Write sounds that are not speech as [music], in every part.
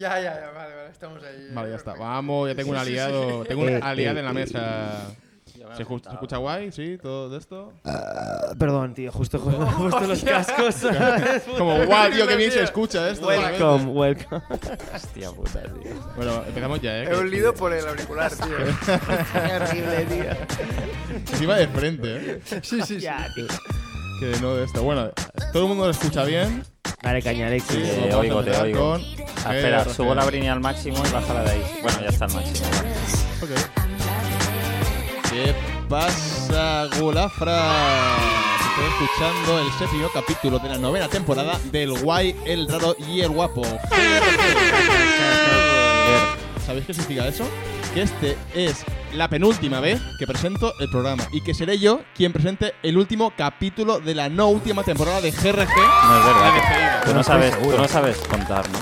Ya, ya, ya, vale, vale, estamos ahí. eh. Vale, ya está. Perfecto. Vamos, ya tengo un Sí, sí, sí. aliado. Tengo un Eh, aliado eh, en la eh, mesa. Ya me ¿Se, han ju- se asustado. escucha guay? ¿Sí? ¿Todo de esto? Ah, perdón, tío, justo [laughs] me he puesto los cascos. [laughs] ¿sabes? [laughs] Como, guau, tío, que bien se Tío. escucha esto. welcome, welcome. Hostia puta, tío. Bueno, empezamos ya, ¿eh? He olido por el auricular, tío. [laughs] horrible, tío. Que encima de frente, ¿eh? Sí, sí, sí. [laughs] Ya, tío. Que no de esto. Bueno, todo el mundo lo escucha bien. Vale, cañaré. Sí, Eh, vamos a oigo, te empezar oigo. con- Ah, Eh, espera, Rafael. subo la brini al máximo y bájala de ahí. Bueno, ya está al máximo. Ok. ¿Qué pasa, Gulafra? Estoy escuchando el séptimo capítulo de la novena temporada del Guay, el Raro y el Guapo. ¿Sabéis qué significa eso? Que este es la penúltima vez que presento el programa y que seré yo quien presente el último capítulo de la no última temporada de GRG. No es despedida. verdad. Tú No no estoy sabes, tú seguro. no sabes contar, ¿no?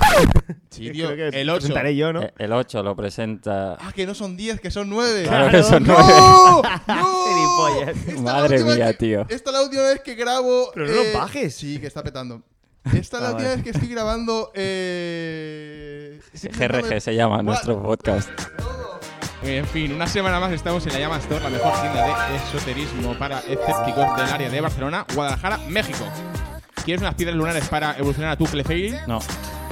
Sí, tío, Creo que el 8. Presentaré yo, ¿no? Eh, El 8 lo presenta. Ah, que no son 10, que son 9. Claro que son nueve. [laughs] ¡No! ¡No! Gilipollas. Esta es la Madre última mía, vez que- tío. Esta es la última vez que grabo. eh, Pero no lo bajes. Sí, que está petando. Esta es la Ah, última vale. vez que estoy grabando. [laughs] Eh... GRG se llama nuestro podcast. En fin, una semana más estamos en la Llama Store, la mejor tienda de esoterismo para escépticos del área de Barcelona, Guadalajara, México. ¿Quieres unas piedras lunares para evolucionar a tu Clefairy? No,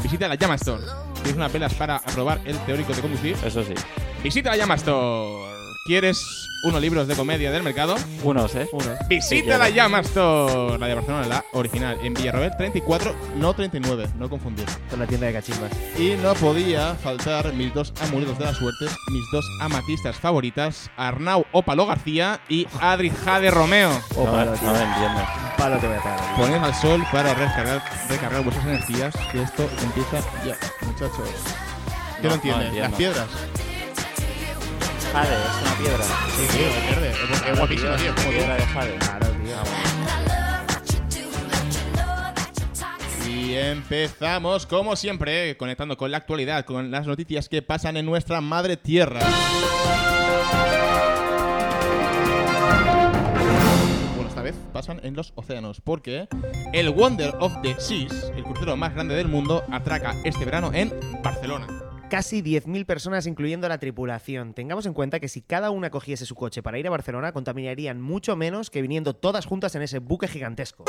Visita la Llama Store. ¿Quieres unas velas para aprobar el teórico de conducir? eso sí. Visita la Llama Store. ¿Quieres unos libros de comedia del mercado? Unos, ¿eh? Visita la Llama Store. La de Barcelona, la original. En Villarroel 34, no 39, no confundir. Con la tienda de cachimbas. Y no podía faltar mis dos amuletos de la suerte, mis dos amatistas favoritas, Arnau Opalo García y Adri Jade Romeo. Oh, No, me- palo, no tío. me entiendo. Palo te voy a pagar. Poned al sol para recargar, recargar vuestras energías, que esto empieza ya, muchachos. ¿Qué No, no, no entiendes? entiendo. Las piedras. Jade, es una piedra. Sí, tío, es verde. Es, es guapísimo, tío. es muy bien. Piedra de Jade. Claro, tío. Y empezamos, como siempre, conectando con la actualidad, con las noticias que pasan en nuestra madre tierra. Bueno, esta vez pasan en los océanos, porque el Wonder of the Seas, el crucero más grande del mundo, atraca este verano en Barcelona. Casi 10.000 personas, incluyendo la tripulación. Tengamos en cuenta que si cada una cogiese su coche para ir a Barcelona, contaminarían mucho menos que viniendo todas juntas en ese buque gigantesco.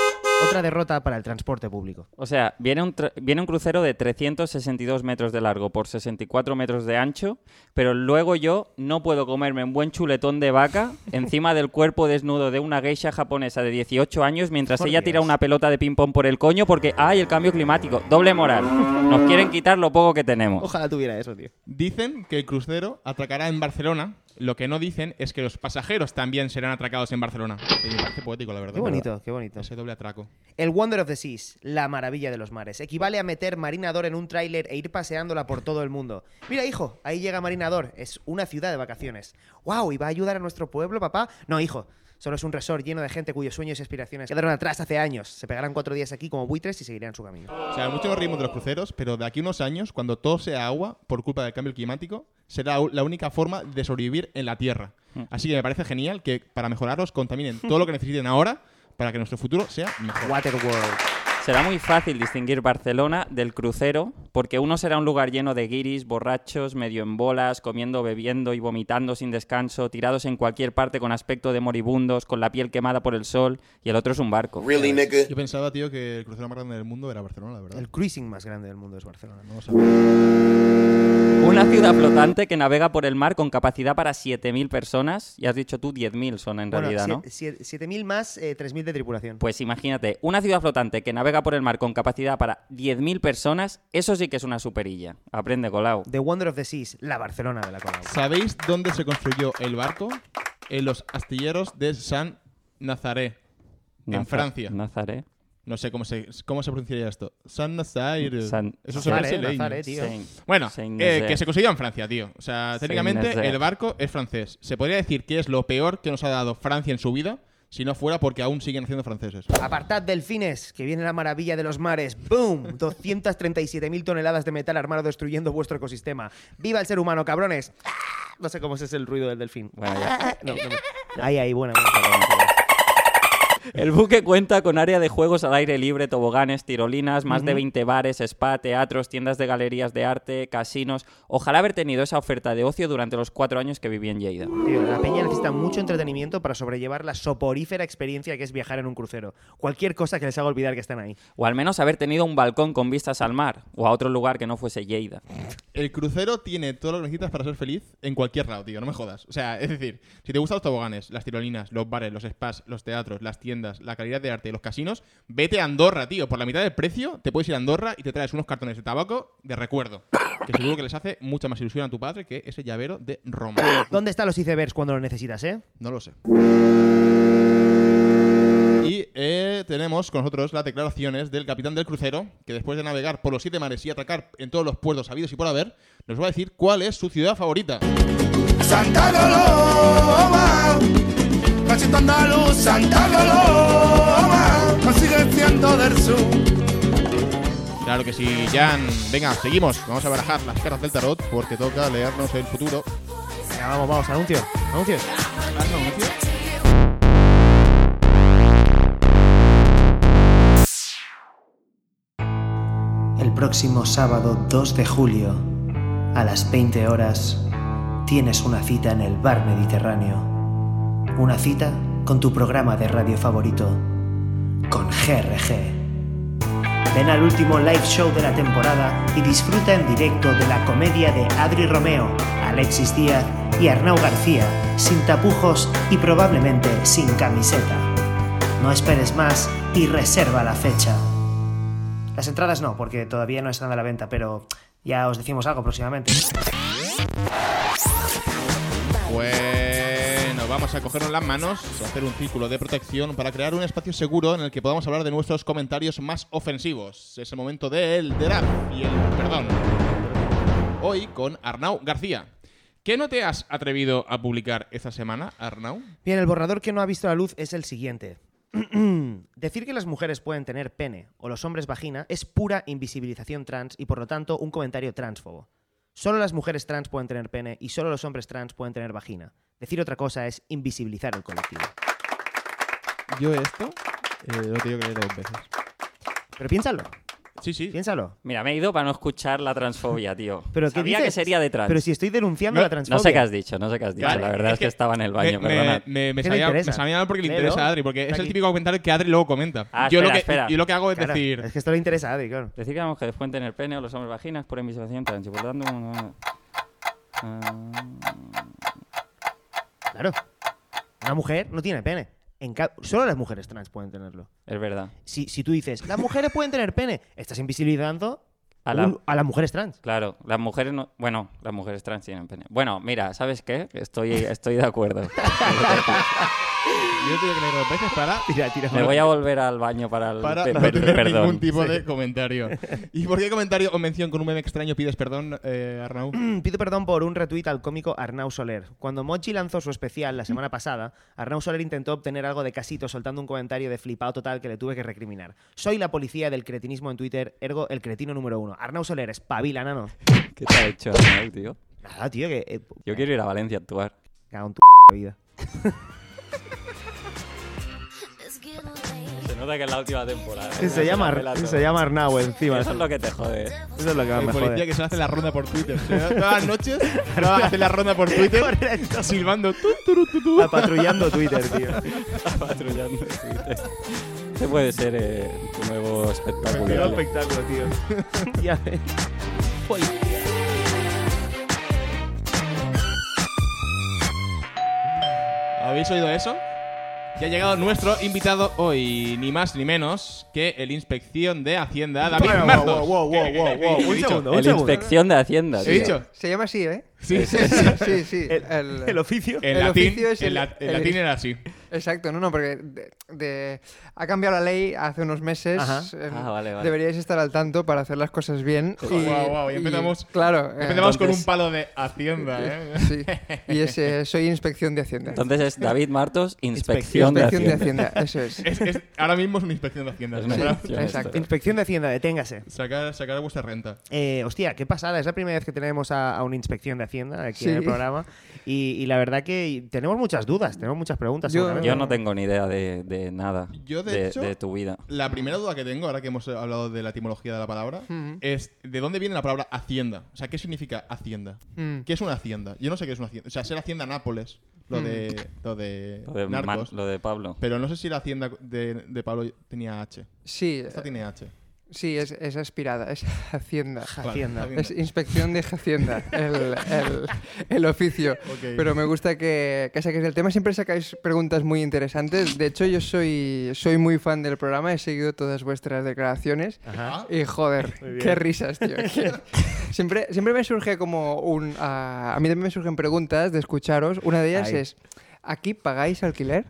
Otra derrota para el transporte público. O sea, viene un, tra- viene un crucero de 362 metros de largo por 64 metros de ancho, pero luego yo no puedo comerme un buen chuletón [laughs] de vaca encima del cuerpo desnudo de una geisha japonesa de 18 años mientras Por ella tira Dios. una pelota de ping-pong por el coño porque ¡ay, el cambio climático! Doble moral. Nos quieren quitar lo poco que tenemos. Ojalá tuviera eso, tío. Dicen que el crucero atracará en Barcelona. Lo que no dicen es que los pasajeros también serán atracados en Barcelona. Sí, me parece poético, la verdad. Qué bonito, qué bonito. Ese doble atraco. El Wonder of the Seas, la maravilla de los mares, equivale a meter Marinador en un tráiler e ir paseándola por todo el mundo. Mira, hijo, ahí llega Marinador, es una ciudad de vacaciones. ¡Wow! ¿Y va a ayudar a nuestro pueblo, papá? No, hijo, solo es un resort lleno de gente cuyos sueños y aspiraciones quedaron atrás hace años. Se pegarán cuatro días aquí como buitres y seguirán su camino. O sea, mucho nos reímos de los cruceros, pero de aquí a unos años, cuando todo sea agua, por culpa del cambio climático, será u- la única forma de sobrevivir en la Tierra. Mm. Así que me parece genial que para mejorarlos contaminen todo lo que necesiten ahora para que nuestro futuro sea mejor. Waterworld. Será muy fácil distinguir Barcelona del crucero, porque uno será un lugar lleno de guiris, borrachos, medio en bolas, comiendo, bebiendo y vomitando sin descanso, tirados en cualquier parte con aspecto de moribundos, con la piel quemada por el sol, y el otro es un barco. Really, nigga? Yo pensaba, tío, que el crucero más grande del mundo era Barcelona, la verdad. El cruising más grande del mundo es Barcelona. ¿no? No lo sabía. Una ciudad flotante que navega por el mar con capacidad para 7.000 personas, y has dicho tú 10.000 son en Bueno, realidad, ¿no? sie- sie- 7.000 más, eh, 3.000 de tripulación. Pues imagínate, una ciudad flotante que navega por el mar con capacidad para 10.000 personas, eso sí que es una superilla. Aprende, Colau. The Wonder of the Seas, la Barcelona de la Colau. ¿Sabéis dónde se construyó el barco? En los astilleros de San Nazaré. en Naza- Francia. Nazaré. No sé cómo se, cómo se pronunciaría esto. San Nazaré. San- Eso es Nazaré, brasileño. Nazaré, tío. Sí. Bueno, Sin eh, deseo. que se consiguió en Francia, tío. O sea, Sin técnicamente deseo. el barco es francés. Se podría decir que es lo peor que nos ha dado Francia en su vida, si no fuera porque aún siguen siendo franceses. Apartad delfines, que viene la maravilla de los mares. ¡Boom! 237.000 toneladas de metal armado destruyendo vuestro ecosistema. ¡Viva el ser humano, cabrones! No sé cómo es ese el ruido del delfín. Bueno, ya. No, no me- Ahí, ahí, buena, buena. [laughs] El buque cuenta con área de juegos al aire libre, toboganes, tirolinas, más de 20 bares, spa, teatros, tiendas de galerías de arte, casinos. Ojalá haber tenido esa oferta de ocio durante los cuatro años que viví en Lleida. Tío, la peña necesita mucho entretenimiento para sobrellevar la soporífera experiencia que es viajar en un crucero. Cualquier cosa que les haga olvidar que están ahí. O al menos haber tenido un balcón con vistas al mar o a otro lugar que no fuese Lleida. El crucero tiene todo lo que necesitas para ser feliz en cualquier lado, tío, no me jodas. O sea, es decir, si te gustan los toboganes, las tirolinas, los bares, los spas, los teatros, las tiendas, la calidad de arte, los casinos, vete a Andorra, tío. Por la mitad del precio te puedes ir a Andorra y te traes unos cartones de tabaco de recuerdo. Que seguro que les hace mucha más ilusión a tu padre que ese llavero de Roma. ¿Dónde están los icebergs cuando los necesitas, eh? No lo sé. Y eh, tenemos con nosotros las declaraciones del capitán del crucero, que después de navegar por los siete mares y atacar en todos los puertos habidos y por haber, nos va a decir cuál es su ciudad favorita. Santa Coloma, cachito andaluz, Santa Coloma, nos sigue siendo del sur. Claro que sí, Jan. Venga, seguimos. Vamos a barajar las cartas del tarot porque toca leernos el futuro. Venga, vamos, vamos, anuncios. Anuncios. El próximo sábado 2 de julio, a las 20 horas, tienes una cita en el Bar Mediterráneo. Una cita con tu programa de radio favorito, con GRG. Ven al último live show de la temporada y disfruta en directo de la comedia de Adri Romeo, Alexis Díaz y Arnau García, sin tapujos y probablemente sin camiseta. No esperes más y reserva la fecha. Las entradas no, porque todavía no están a la venta, pero ya os decimos algo próximamente. Bueno, vamos a cogernos las manos, hacer un círculo de protección para crear un espacio seguro en el que podamos hablar de nuestros comentarios más ofensivos. Es el momento del draft y el perdón. Hoy con Arnau García. ¿Qué no te has atrevido a publicar esta semana, Arnau? Bien, el borrador que no ha visto la luz es el siguiente. [clears throat] Decir que las mujeres pueden tener pene o los hombres vagina es pura invisibilización trans y por lo tanto un comentario transfobo. Solo las mujeres trans pueden tener pene y solo los hombres trans pueden tener vagina. Decir otra cosa es invisibilizar el colectivo. Yo esto eh, lo tengo que leer dos veces. Pero piénsalo, Sí, sí. piénsalo. Mira, me he ido para no escuchar la transfobia, tío. ¿Pero qué Sabía que dices? sería de trans. Pero si estoy denunciando No- la transfobia. No sé qué has dicho, no sé qué has dicho. Vale, la verdad es es que que estaba en el Me, baño, me, perdona. me, me ¿Qué le sabía, me interesa? sabía mal porque le Léelo. interesa a Adri, porque es el Aquí. típico comentario que Adri luego comenta. Ah, yo, espera, lo que, espera. yo lo que hago es Claro, decir. Es que esto le interesa a Adri, claro. Decir que las mujeres pueden tener pene o los hombres vaginas por invisibilización trans y por lo tanto... no- Ah, Claro. Una mujer no tiene pene. En ca- Solo las mujeres trans pueden tenerlo. es verdad. Si, si tú dices, las mujeres pueden tener pene, estás invisibilizando A a, la- a las mujeres trans. Claro, las mujeres no... Bueno, las mujeres trans tienen pene. Bueno, mira, ¿sabes qué? Estoy, estoy [laughs] de acuerdo. Yo tengo que leer dos veces [laughs] para, Tira, tira. Me voy a volver al baño para el... para pe- no per- tener perdón. ningún tipo de comentario. ¿Y por qué comentario o mención con un meme extraño pides perdón, eh, Arnau? Ah, Mm, Pido perdón por un retweet al cómico Arnau Soler. Cuando Mochi lanzó su especial la semana pasada, Arnau Soler intentó obtener algo de casito soltando un comentario de flipado total que le tuve que recriminar. Soy la policía del cretinismo en Twitter, ergo el cretino número uno. Arnau Soler, espabila, nano. ¿Qué te ha hecho, Arnau, tío? Nada, tío, que... eh, Yo quiero ir a Valencia a actuar. cago en tu vida. Se nota que es la última temporada. ¿eh? Se llama, Ar- se llama Arnau [laughs] encima. Eso es lo que te jode. ¿eh? Eso es lo que más El me policía jode. que se hace la ronda por Twitter. Se va Todas [laughs] las noches se va a hacer la ronda por Twitter [laughs] Correcto. silbando. tu, tu, tu, tu. Patrullando Twitter, tío. [laughs] patrullando en Twitter. Este puede ser eh, tu nuevo espectáculo. Menudo Dale. espectáculo, tío. [laughs] Ya ves. Policía. ¿Habéis oído eso? Ya ha llegado nuestro invitado hoy, ni más ni menos que el inspección de Hacienda, David Wow, wow, Marzos. wow, wow, ¿Qué- wow, qué- qué- wow, qué- qué- wow. qué he Un dicho? segundo. El inspección de Hacienda. ¿eh? He tío. dicho. Se llama así, ¿eh? Sí, sí, Eh, Sí, sí, sí. sí. El, El- el oficio. En El latín, oficio es en el- eh, la- en el- latín era así. Exacto, no, no, porque de- de- ha cambiado la ley hace unos meses. Ajá. eh, Ah, vale, vale. Deberíais estar al tanto para hacer las cosas bien. Y, Guau, guau, y empezamos- claro. eh, Empezamos con entonces- un palo de Hacienda, ¿eh? Sí. Y es, eh, soy inspección de Hacienda. Entonces es David Martos, inspección, de inspección de Hacienda. Hacienda. eso [laughs] es. Es- es- ahora mismo es una inspección de Hacienda. Es una ¿verdad? inspección esto. exacto. Inspección de Hacienda, deténgase. Sacar, sacar vuestra renta. Eh, hostia, qué pasada. Es la primera vez que tenemos a, a una inspección de Hacienda aquí Sí. en el programa. Y, y la verdad que tenemos muchas dudas, tenemos muchas preguntas. Yo- seguramente. Yo no tengo ni idea de, de nada Yo, de hecho, de tu vida. La primera duda que tengo, ahora que hemos hablado de la etimología de la palabra, es de dónde viene la palabra hacienda. O sea, ¿qué significa hacienda? Mm. ¿Qué es una hacienda? Yo no sé qué es una hacienda. O sea, ser hacienda Nápoles, lo de, Mm. lo de, Lo de, Mar- Narcos. lo de Pablo. Pero no sé si la hacienda de, de Pablo tenía H. Sí, Esta eh, tiene H. sí, es, es aspirada, es [laughs] Hacienda. Vale, Hacienda. Es inspección de Hacienda, el, el- el oficio. Ok. Pero me gusta que, que saquéis el tema. Siempre sacáis preguntas muy interesantes. De hecho, yo soy, soy muy fan del programa. He seguido todas vuestras declaraciones. Ajá. Y joder, qué risas, tío. [laughs] Que- Siempre, siempre me surge como un... ah, a mí también me surgen preguntas de escucharos. Una de ellas Ay. es, ¿aquí pagáis alquiler?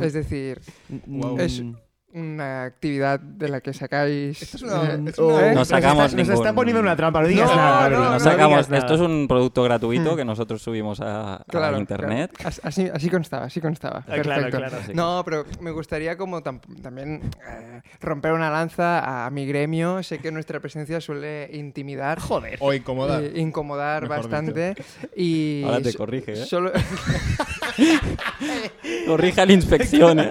Es decir, Wow. es Mm. una actividad de la que sacáis... Esta es una- eh, es una- ¿eh? No sacamos nos está, Nos está ningún- poniendo una trampa, no digas No, nada, Adri, no, no No digas sacamos, nada. esto es un producto gratuito Mm. que nosotros subimos a, a Claro, internet. claro. As- Así, así constaba, así constaba. Ah, claro, Perfecto. claro. Así que- No, pero me gustaría como tam- también eh, romper una lanza a mi gremio. Sé que nuestra presencia suele intimidar. Joder. O incomodar. eh, incomodar Mejor bastante. Y Ahora te so- corrige, ¿eh? Solo... [laughs] Corrija la [laughs] inspección. ¿eh?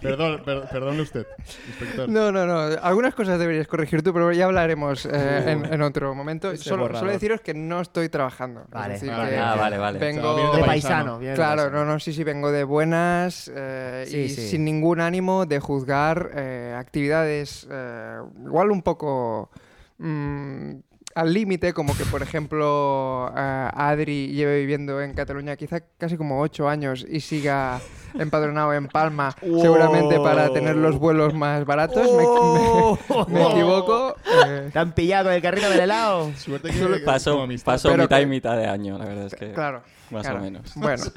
Perdón, per- perdone usted, inspector. No, no, no. Algunas cosas deberías corregir tú, pero ya hablaremos eh, en, en otro momento. Ese Solo, borrador. solo deciros que no estoy trabajando. Es Vale, decir, vale. que Ah, vale, vale. O sea, Vengo viene De paisano. paisano. bien de Claro, paisano. no, no, sí, sí, vengo de buenas eh, Sí, y sí. sin ningún ánimo de juzgar eh, actividades eh, igual un poco mm, al límite, como que, por ejemplo, eh, Adri lleve viviendo en Cataluña quizá casi como ocho años y siga empadronado en Palma, seguramente para tener los vuelos más baratos. Me- Oh. Me, me equivoco. [laughs] eh, ¿Te han pillado con el carrito del helado? Suerte que que- como Pasó, amistad. pasó Pero mitad que- y mitad de año, la verdad es que claro. más claro. o menos. [laughs] Bueno, eso-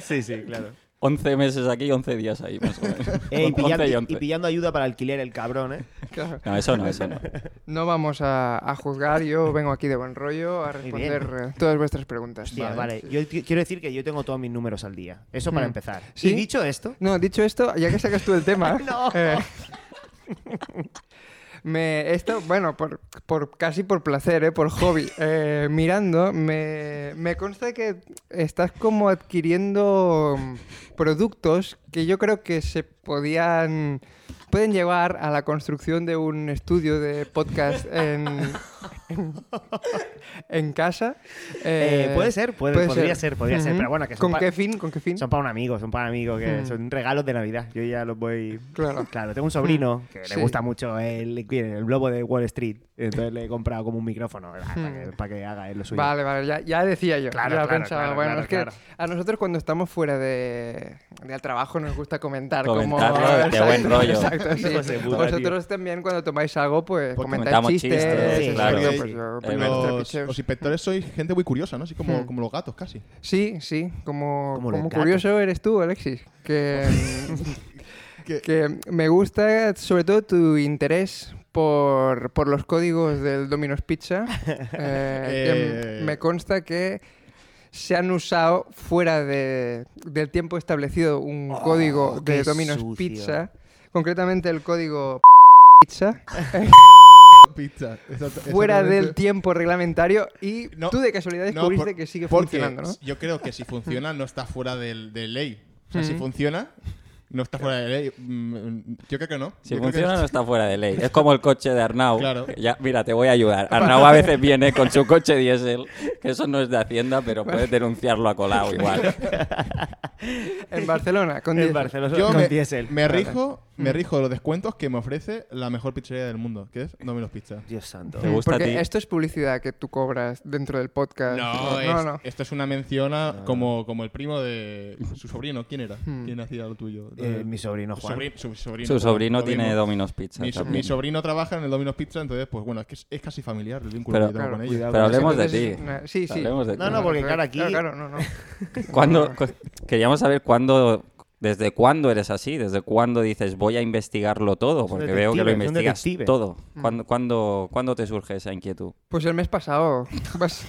Sí, sí, claro. 11 meses aquí, 11 días ahí, más o menos. Eh, y, 11 pillando, y y 11. pillando ayuda para alquiler el cabrón, ¿eh? claro. No, eso no, eso no. No vamos a, a juzgar, yo vengo aquí de buen rollo a Muy responder eh, todas vuestras preguntas. Hostia, vale. Yo qui- quiero decir que yo tengo todos mis números al día. Eso para Mm. empezar. ¿Sí? Y dicho esto, No, dicho esto, ya que sacas tú el tema, [laughs] No. eh, me esto, bueno, por, por- casi por placer, eh, por [laughs] hobby, eh, mirando, me, me consta que estás como adquiriendo mm, productos que yo creo que se podían pueden llevar a la construcción de un estudio de podcast en, en, en casa. eh, Eh, puede ser, puede- puede podría ser, podría ser. Ujú. Pero bueno, que son ¿Con pa- qué fin? ¿Con qué fin? Son para un amigo, son para un amigo, que Mm. son regalos de Navidad. Yo ya los voy. Claro. Claro, tengo un sobrino que Sí. le gusta mucho el, el globo de Wall Street. Entonces le he comprado como un micrófono ah, para, que, Mm. para que haga él lo suyo. Vale, vale, ya, ya decía yo. Claro, ya claro, pensaba, claro, bueno, claro, es que claro. a nosotros cuando estamos fuera de, del trabajo nos gusta comentar Comentarlo, como... de Exacto, buen rollo. Exacto, sí. Hijos de puta, Vosotros también cuando tomáis algo, pues Porque comentáis comentamos chistes. chistes, eso, claro. yo, Sí, pues, yo, es pues, verdad. nuestros Eh, Los, picheos. los inspectores sois gente muy curiosa, ¿no? Así como, Hmm. como los gatos, casi. Sí, sí, como, Como como, los gatos. curioso eres tú, Alexis. Que, Que- que me gusta sobre todo tu interés por, por los códigos del Domino's Pizza. eh, que Eh. m- me consta que se han usado fuera de- del tiempo establecido un Oh, código qué de Domino's sucio. Pizza. Concretamente el código pizza [laughs] Pizza. exacta- fuera del exactamente. tiempo reglamentario y No, tú de casualidad No, descubriste por- que sigue porque funcionando, ¿no? Yo creo [laughs] que si funciona, no está fuera del- de ley. O sea, si Mm. funciona, no está fuera de ley. Mm, Yo creo que no. Si Yo creo que funciona, es- no está fuera de ley. Es como el coche de Arnau. Claro. Ya, mira, te voy a ayudar. Arnau a veces viene con su coche diésel, que eso no es de Hacienda, pero puedes denunciarlo a Colau igual. En Barcelona, con [laughs] En 10. Barcelona Yo con me, diésel. me rijo, me rijo de los descuentos que me ofrece la mejor pizzería del mundo, que es Domino's Pizza. Dios santo. ¿Te gusta a ti? Porque esto es publicidad que tú cobras dentro del podcast. no, No, es- no. esto es una mención a- como, como el primo de su sobrino. ¿Quién era? ¿Quién hacía lo tuyo? Eh, mi sobrino Su Juan. sobri- su sobrino. Su sobrino Lo tiene mismo. Domino's Pizza. Mi, so- también. mi sobrino trabaja en el Domino's Pizza, entonces, pues bueno, es que es, es casi familiar el vínculo Pero- que yo tengo Claro, con ellos. Pero hablemos de Entonces, ti. na- Sí, sí. Hablemos de No, ti. no, porque claro, aquí- Claro, no, no. [laughs] ¿Cuándo- cu- queríamos saber cuándo, desde cuándo eres así, desde cuándo dices voy a investigarlo todo, un porque veo que lo detective, es un investigas detective. Mm. todo. ¿Cuándo, cuándo, cuándo te surge esa inquietud? Pues el mes pasado, bas-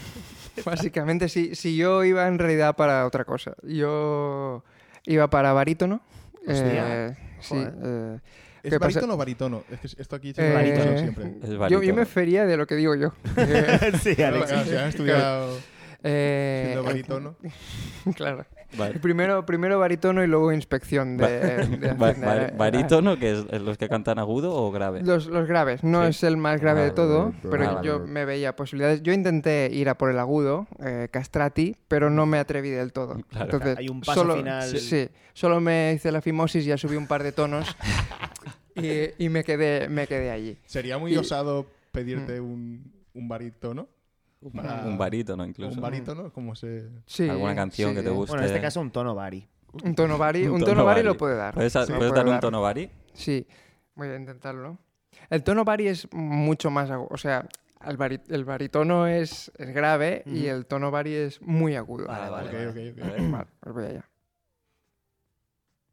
básicamente, si, si yo iba en realidad para otra cosa. Yo iba para barítono. Hostia, eh, sí, joder. eh, ¿Es ¿Qué pasa? barítono o barítono? Es que esto aquí Eh, siempre [laughs] barítono siempre. Es yo, barítono. yo me fería de lo que digo yo. Eh, [laughs] sí, Claro, Alex. claro, si has estudiado eh, siendo barítono. [laughs] claro. Vale. Primero, primero barítono y luego inspección de, Va- de va- Hacienda. eh, va- ¿Barítono, que es es los que cantan agudo o grave? Los, los graves, no Sí. es el más grave de Ah, todo, vale, pero vale. yo me veía posibilidades. Yo intenté ir a por el agudo, eh, castrati, pero no me atreví del todo. [laughs] Claro. Entonces, Hay un paso solo, final. Sí, sí, solo me hice la fimosis, ya subí un par de [laughs] tonos y, y me, quedé, me quedé allí. Sería muy Y- mm. osado pedirte un, un barítono. para- Un barítono incluso. Un barítono, como se. Sí, Alguna canción sí. que te guste. Bueno, en este caso un tono bari. Un tono bari, un, tono, bari, lo puede dar. ¿Puedes, lo puedes puede dar un dar. tono bari? Sí, voy a intentarlo. El tono bari es mucho más agudo. O sea, el, bari- el baritono es, es grave y el tono bari es muy agudo. Vale, vale. Ok, ok, ok. [laughs] A ver. Vale, pues voy allá.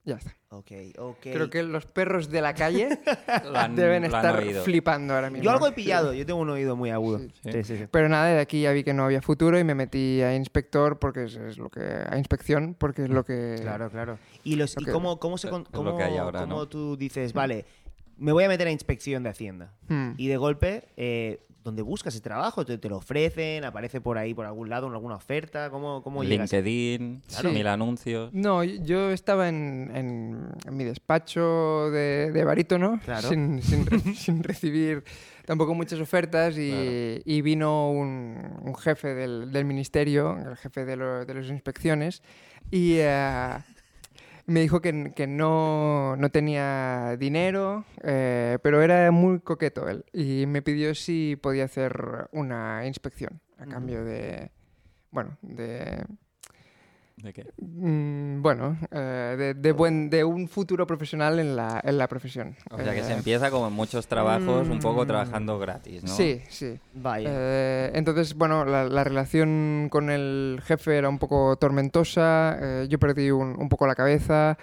Ya está. Ok, ok. Creo que los perros de la [laughs] calle Lo han- deben lo han estar oído. flipando ahora mismo. Yo algo he pillado, yo tengo un oído muy agudo. Sí, sí, sí. Pero nada, de aquí ya vi que no había futuro y me metí a inspector porque es, es lo que a inspección porque es lo que Claro, claro. ¿Y, los, Ok. y cómo, cómo, se, con- Es lo cómo, que hay ahora, cómo ¿no? tú dices, vale, me voy a meter a inspección de Hacienda? Hmm. Y de golpe, eh, ¿dónde buscas ese trabajo? ¿Te, te lo ofrecen? ¿Aparece por ahí, por algún lado, en alguna oferta? ¿Cómo, cómo llegas? LinkedIn, Claro. mil anuncios. No, y- yo estaba en, en- en mi despacho de, de barítono, Claro. sin, sin re- sin recibir tampoco muchas ofertas, y, y vino un, un jefe del, del ministerio, el jefe de, lo- de las inspecciones, y eh, me dijo que, n- que no, no tenía dinero, eh, pero era muy coqueto él, y me pidió si podía hacer una inspección a cambio de... Bueno, de, ¿De qué? Mm, bueno, eh, de, de buen, de un futuro profesional en la, en la profesión. O sea que se Eh, empieza como en muchos trabajos, un Mm. poco trabajando gratis, ¿no? Sí, sí. Vaya. Eh, entonces, bueno, la, la relación con el jefe era un poco tormentosa, eh, yo perdí un, un poco la cabeza,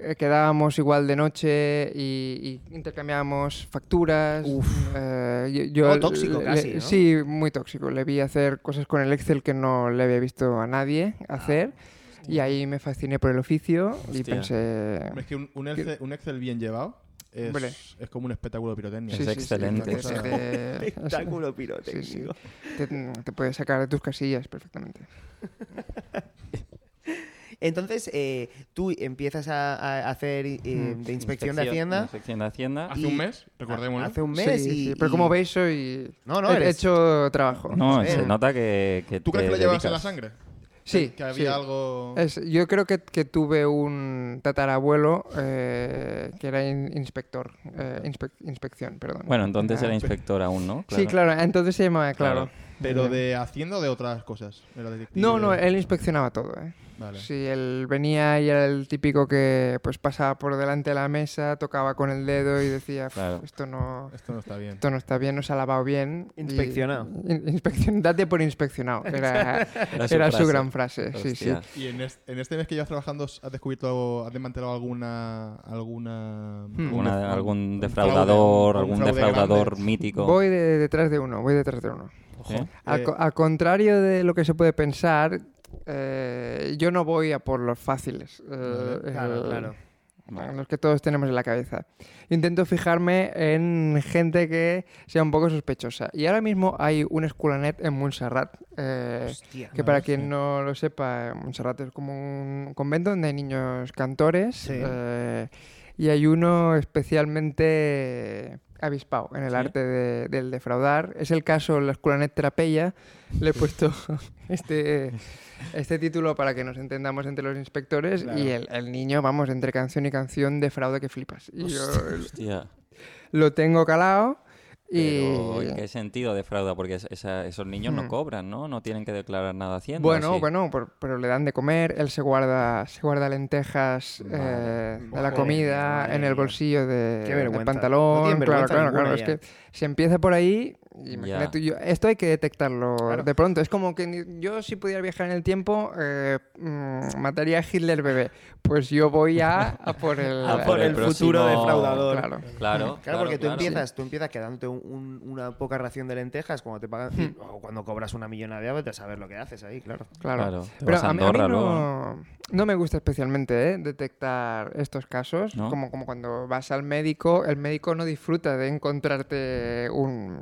eh, quedábamos igual de noche y, y intercambiábamos facturas. Eh, yo- yo Todo le- tóxico le- casi, ¿no? Sí, muy tóxico. Le vi hacer cosas con el Excel que no le había visto a nadie Ah, hacer. Y ahí me fasciné por el oficio y Hostia. pensé... Es que un, un Excel, un Excel bien llevado es, Hombre. es como un espectáculo de pirotecnia. Sí, Es [laughs] sí. excelente. porque se te- [laughs] Espectáculo sí, sí. pirotécnico. Te, te puedes sacar de tus casillas perfectamente. Entonces, eh, tú empiezas a, a hacer eh, de inspección de Hacienda Inspección de Hacienda. Hace Y- un mes, recordémoslo. hace un mes Sí, y... sí, Pero y- como veis, soy... No, no, he eres- hecho trabajo. No, Sí. se nota que, que ¿Tú crees te que lo llevabas en la dedicas. sangre? Eh, Sí, Que había sí. algo. Es- yo creo que, que tuve un tatarabuelo eh, que era in- inspector, eh, inspe- inspección, perdón. Bueno, entonces Ah, era inspector aún, ¿no? Sí, claro, entonces se llamaba, claro. Pero de haciendo de otras cosas. Era detective. No, no, él inspeccionaba todo, ¿eh? Vale. Sí, él venía y era el típico que pues pasaba por delante de la mesa, tocaba con el dedo y decía, "Pf, Claro. esto no... Esto no está bien. Esto no está bien, no se ha lavado bien. y- Inspeccionado. in- inspeccion- date por [laughs] inspeccionado. Era, su era su frase. gran frase. Sí, sí. Hostia. ¿Y en, es- en este mes que llevas trabajando has descubierto algo, has desmantelado alguna. alguna Hmm. Alguna- def- algún un defraudador, fraude, algún fraude defraudador grande? mítico. Voy de- detrás de uno, voy detrás de uno. ¿eh? Al, Eh, co- al contrario de lo que se puede pensar, eh, yo no voy a por los fáciles. eh, Claro, el- claro. Bueno, los que todos tenemos en la cabeza. Intento fijarme en gente que sea un poco sospechosa. Y ahora mismo hay un esculanet en Montserrat. eh, Hostia. que para quien no lo sepa, Montserrat es como un convento donde hay niños cantores. Sí. eh, y hay uno especialmente avispado en el Sí. arte de- del defraudar. Es el caso de la esculanet Trapella. Le he puesto [laughs] este, este título para que nos entendamos entre los inspectores. Y el, el niño, vamos, entre canción y canción, defrauda que flipas. Y yo Hostia. lo tengo calado. Y... Hmm. Pero, ¿en qué sentido defrauda? Porque es- esa- esos niños no cobran, ¿no? No tienen que declarar nada a Hacienda. Bueno, ¿o sí? bueno, por- pero le dan de comer, él se guarda, se guarda lentejas eh, de la Madre mía, comida madre en mía. el bolsillo de, Qué del vergüenza. No pantalón. tienen claro, vergüenza claro, claro. ninguna Es ya. que se empieza por ahí. imagínate Ya. tú, yo- esto hay que detectarlo de pronto. Es como que ni- yo si pudiera viajar en el tiempo eh, mm, mataría a Hitler bebé. Pues yo voy a, a [laughs] por el, A por el futuro defraudador. Claro. Claro, Claro, porque tú claro. empiezas, tú empiezas quedándote un- un- una poca ración de lentejas cuando te pagan y- o cuando cobras una millonada de a saber lo que haces ahí, claro. Claro. Claro, te Pero vas a a, mí- a Andorra mí luego, no, no me gusta especialmente ¿eh? detectar estos casos. ¿No? Como, como cuando vas al médico, el médico no disfruta de encontrarte un,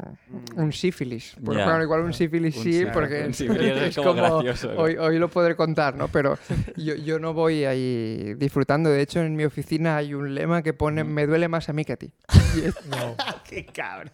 Un sífilis. Pues Ya. claro, igual un sífilis Un sí, sífilis, porque [laughs] un es, sífilis [laughs] es es como como... gracioso, ¿no? hoy, hoy lo podré contar, ¿no? Pero yo, yo no voy ahí disfrutando. De hecho, en mi oficina hay un lema que pone Mm. me duele más a mí que [laughs] a ti. Y, es- [laughs] ¡Qué cabrón!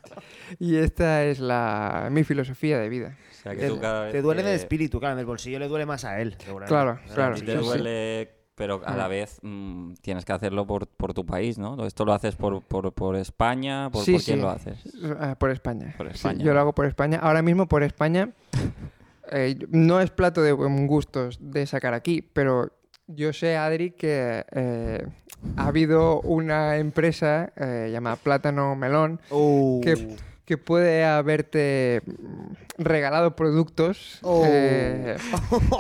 y esta es la, mi filosofía de vida. O sea, que Te, tú cada vez te duele en el Pues que- espíritu, claro, en el bolsillo le duele más a él. seguramente. Claro, En el claro. Te bolsillo. Sí, sí. duele, pero a la vez mm, tienes que hacerlo por, por tu país, ¿no? Esto lo haces por, por, por España, por, Sí, por quién sí. lo haces. Ah, Por España. Por Sí, España, yo ¿no? lo hago por España. Ahora mismo por [laughs] España eh, no es plato de buen gusto de sacar aquí, pero yo sé, Adri, que eh, ha habido una empresa eh, llamada Plátano Melón Uh, que, que puede haberte mm, regalado productos Oh. [laughs] eh,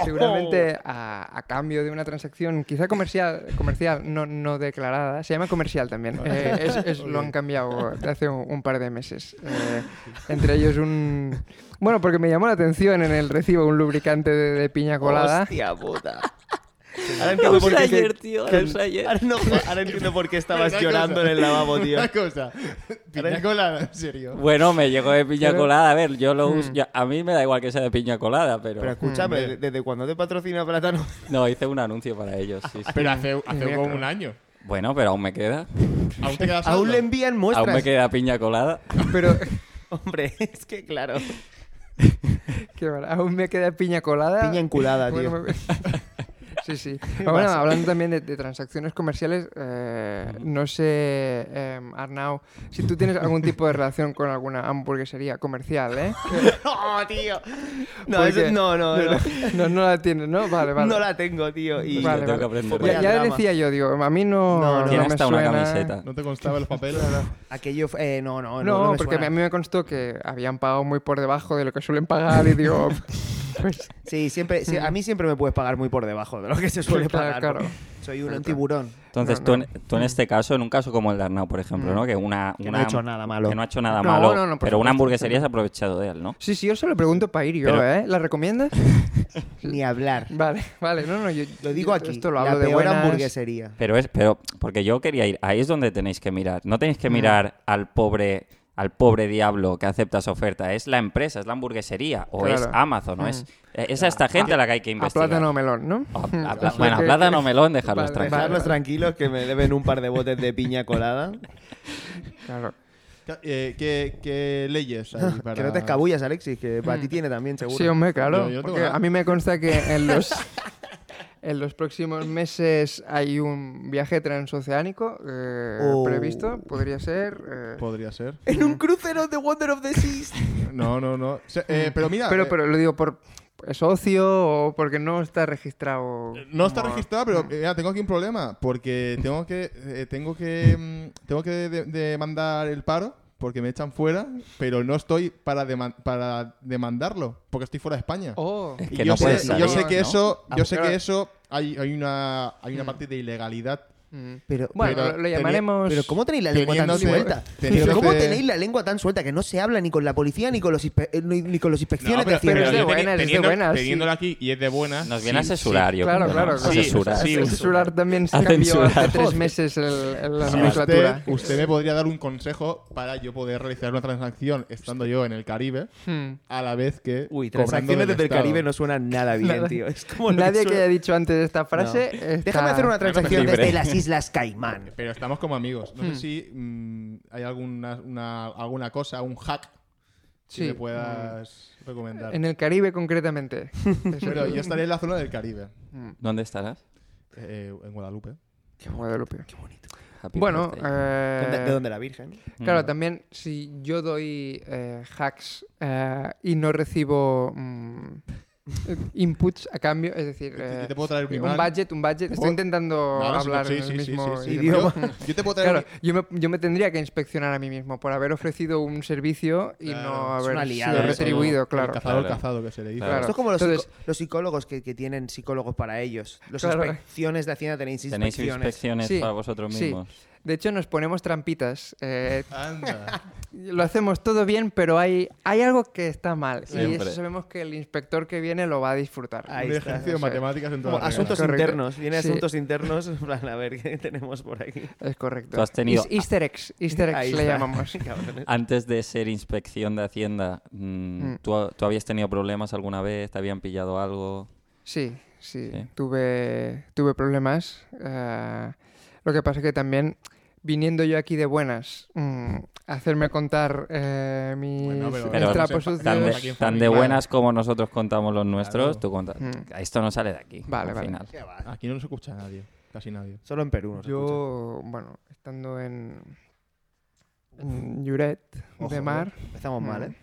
seguramente a, a cambio de una transacción quizá comercial comercial no, no declarada se llama comercial [laughs] también Eh, es- es- lo han cambiado de hace un, un par de meses Eh, entre ellos un bueno porque me llamó la atención en el recibo un lubricante de, de piña colada Hostia puta. Ahora entiendo por qué. tío, que- ahora, no- ahora entiendo por qué estabas Una llorando en cosa. el lavabo, tío. Una cosa. Piña colada, en serio. Bueno, me llegó de piña Pero- colada. A ver, yo lo Mm. uso. yo- a mí me da igual que sea de piña colada, pero. Pero escúchame, ¿de- ¿desde cuándo te patrocina Plátano? [laughs] No, hice un anuncio para ellos. sí, sí. Pero hace, hace Mira, como claro. un año. Bueno, pero aún me queda. Aún te quedas Aún solo. le envían muestras. Aún me queda piña colada. pero Hombre, es que claro. qué mal, aún me queda piña colada Piña enculada, tío. Bueno, me- [laughs] Sí, [laughs] sí. Ah, Bueno, hablando también de, de transacciones comerciales, eh, no sé, eh, Arnau, si tú tienes algún tipo de relación con alguna hamburguesería comercial, [laughs] ¿eh? No, tío. No, Porque- eso- no, no, no. [laughs] No, no la tienes, ¿no? Vale, vale. No la tengo, tío. Y... Vale, yo tengo vale. Pues que aprender. Ya, Vaya ya drama. decía yo, digo, a mí no, No, no. no Tiene me hasta una suena. camiseta. No te constaba los papeles. Aquello. Eh, no, no, no. No, no me porque suena. a mí me constó que habían pagado muy por debajo de lo que suelen pagar y [laughs] digo, pues Sí, siempre, sí, a mí siempre me puedes pagar muy por debajo de lo que se suele Sí, claro, pagar. pues, claro. porque Soy un tiburón. Entonces, No, Mm. tú, en, tú en este caso, en un caso como el de Arnau, por ejemplo, ¿no? Que una. Que no una- ha hecho nada malo. que no ha hecho nada No, malo. no, no, por pero una supuesto. hamburguesería se ha aprovechado de él, ¿no? sí, sí, yo se lo pregunto para ir yo, Pero- ¿eh? ¿La recomiendas? Ni hablar. Vale, vale, no, no, yo Lo digo yo aquí. Esto lo la hablo de peor buenas. hamburguesería. Pero es, pero, porque yo quería ir, ahí es donde tenéis que mirar. No tenéis Mm. que mirar al pobre, al pobre diablo que acepta esa oferta. Es la empresa, es la hamburguesería, o es Claro. Mm. Amazon, o es, eh, es a esta gente a la que hay que A investigar. plátano melón, ¿no? O a- [laughs] Mm. a O pla- sea bueno, a que- plátano melón, dejarlos Vale, tranquilos. Dejarlos tranquilos que me deben un par de botes de piña colada. Claro. Eh, ¿qué, qué leyes hay para... [laughs] Que no te escabullas, Alexis, que para ti tiene también, seguro. Mm. Sí, hombre, claro. Yo- yo no tengo porque nada. a mí me consta que en los, en los próximos meses hay un viaje transoceánico eh, Oh. previsto. Podría ser. eh, Podría ser. En un crucero de Wonder of the Seas. No, no, no. Se- eh, Hmm. pero mira... pero, eh, pero lo digo por. ¿Es ocio o porque no está registrado? Eh, No está como- registrado, pero mira, tengo aquí un problema [laughs] porque tengo que eh, tengo que mm, tengo que de- demandar el paro porque me echan fuera, pero no estoy para deman- para demandarlo porque estoy fuera de España. Oh. Es Y que yo no sé, puedes y salir, yo sé que ¿no? eso, yo sé claro. que eso hay, hay una hay una parte de ilegalidad. Mm. Pero, Bueno, pero lo- lo tenía- llamaremos. pero ¿cómo tenéis la lengua tan Teniéndote- suelta? teniéndote- Pero ¿Cómo tenéis la lengua tan suelta que no se habla ni con la policía ni con los, inspe- eh, ni, ni con los inspecciones No, de Hacienda? pero es de yo teni- buenas, es de teniendo- buenas, sí. Teniéndolo aquí y es de buenas. Nos viene sí, a censurar, sí. yo Claro, creo, claro. ¿no? claro. A censurar. sí, A censurar también se A cambió hace censurar. tres meses el- el- la Sí, legislatura. usted, usted me podría dar un consejo para yo poder realizar una transacción estando yo en el Caribe Mm. a la vez que Uy, cobrando transacciones del desde el Estado. Caribe no suenan nada bien, Nada. tío. Es como lo Nadie que suena. haya dicho antes esta frase. está- Déjame hacer una transacción libre. desde las Islas Caimán. Pero estamos como amigos. Hmm. No sé si mm, hay alguna, una- alguna cosa, un hack Sí. que me puedas recomendar. En el Caribe, concretamente. Es Pero el- yo estaré en la zona del Caribe, ¿Dónde estarás? eh, en Guadalupe. Guadalupe. Happy Bueno, birthday. eh, ¿De dónde la Virgen? Claro, también si yo doy eh, hacks eh, y no recibo mm, eh, inputs a cambio, es decir, Yo eh, te puedo traer mi un imán. budget, un budget. Estoy Oh. intentando Nada, sí, hablar sí, en sí, el sí, mismo sí, sí. idioma. Yo, yo te puedo traer Claro, mi- yo me, yo me tendría que inspeccionar a mí mismo por haber ofrecido un servicio y no Claro, es haber una sido liada eso, ¿no? retribuido, claro. el cazador Claro. cazado que se le dice. Claro. Esto es como los, Entonces- psico- los psicólogos que, que tienen psicólogos para ellos. Los Claro. inspecciones de Hacienda tenéis ¿Tenéis inspecciones. inspecciones eh, Sí, para vosotros sí. mismos? De hecho, nos ponemos trampitas. eh, [laughs] Anda. lo hacemos todo bien, pero hay, hay algo que está mal. Y Siempre. eso sabemos que el inspector que viene lo va a disfrutar. Ahí un está, o ejercicio de sea, matemáticas en Como todas las asuntos reglas. Correcto. internos. Viene Sí. asuntos internos. [laughs] en plan, a ver qué tenemos por aquí. [laughs] Es correcto. Tú has tenido- Is- Easter eggs, Easter eggs Ahí le está. [laughs] llamamos. Cabrones. Antes de ser inspección de Hacienda, mm, Mm. ¿tú, ha- tú habías tenido problemas alguna vez? ¿Te habían pillado algo? Sí, sí, Sí. Tuve, tuve problemas. eh, lo que pasa es que también, viniendo yo aquí de buenas, mm, hacerme contar eh, mis, Bueno, pero- mis Pero trapos tan Tan Dios. sucios. Aquí de, en tan de familia. buenas como nosotros contamos los nuestros, Claro. tú contas. Mm. Esto no sale de aquí. Vale, al vale. final. Qué va. Aquí no nos escucha nadie, casi nadie. Solo en Perú. nos escuchan. Yo, bueno, estando en, en Lloret Ojo, ¿eh? de Mar, Empezamos mal, mm, ¿eh?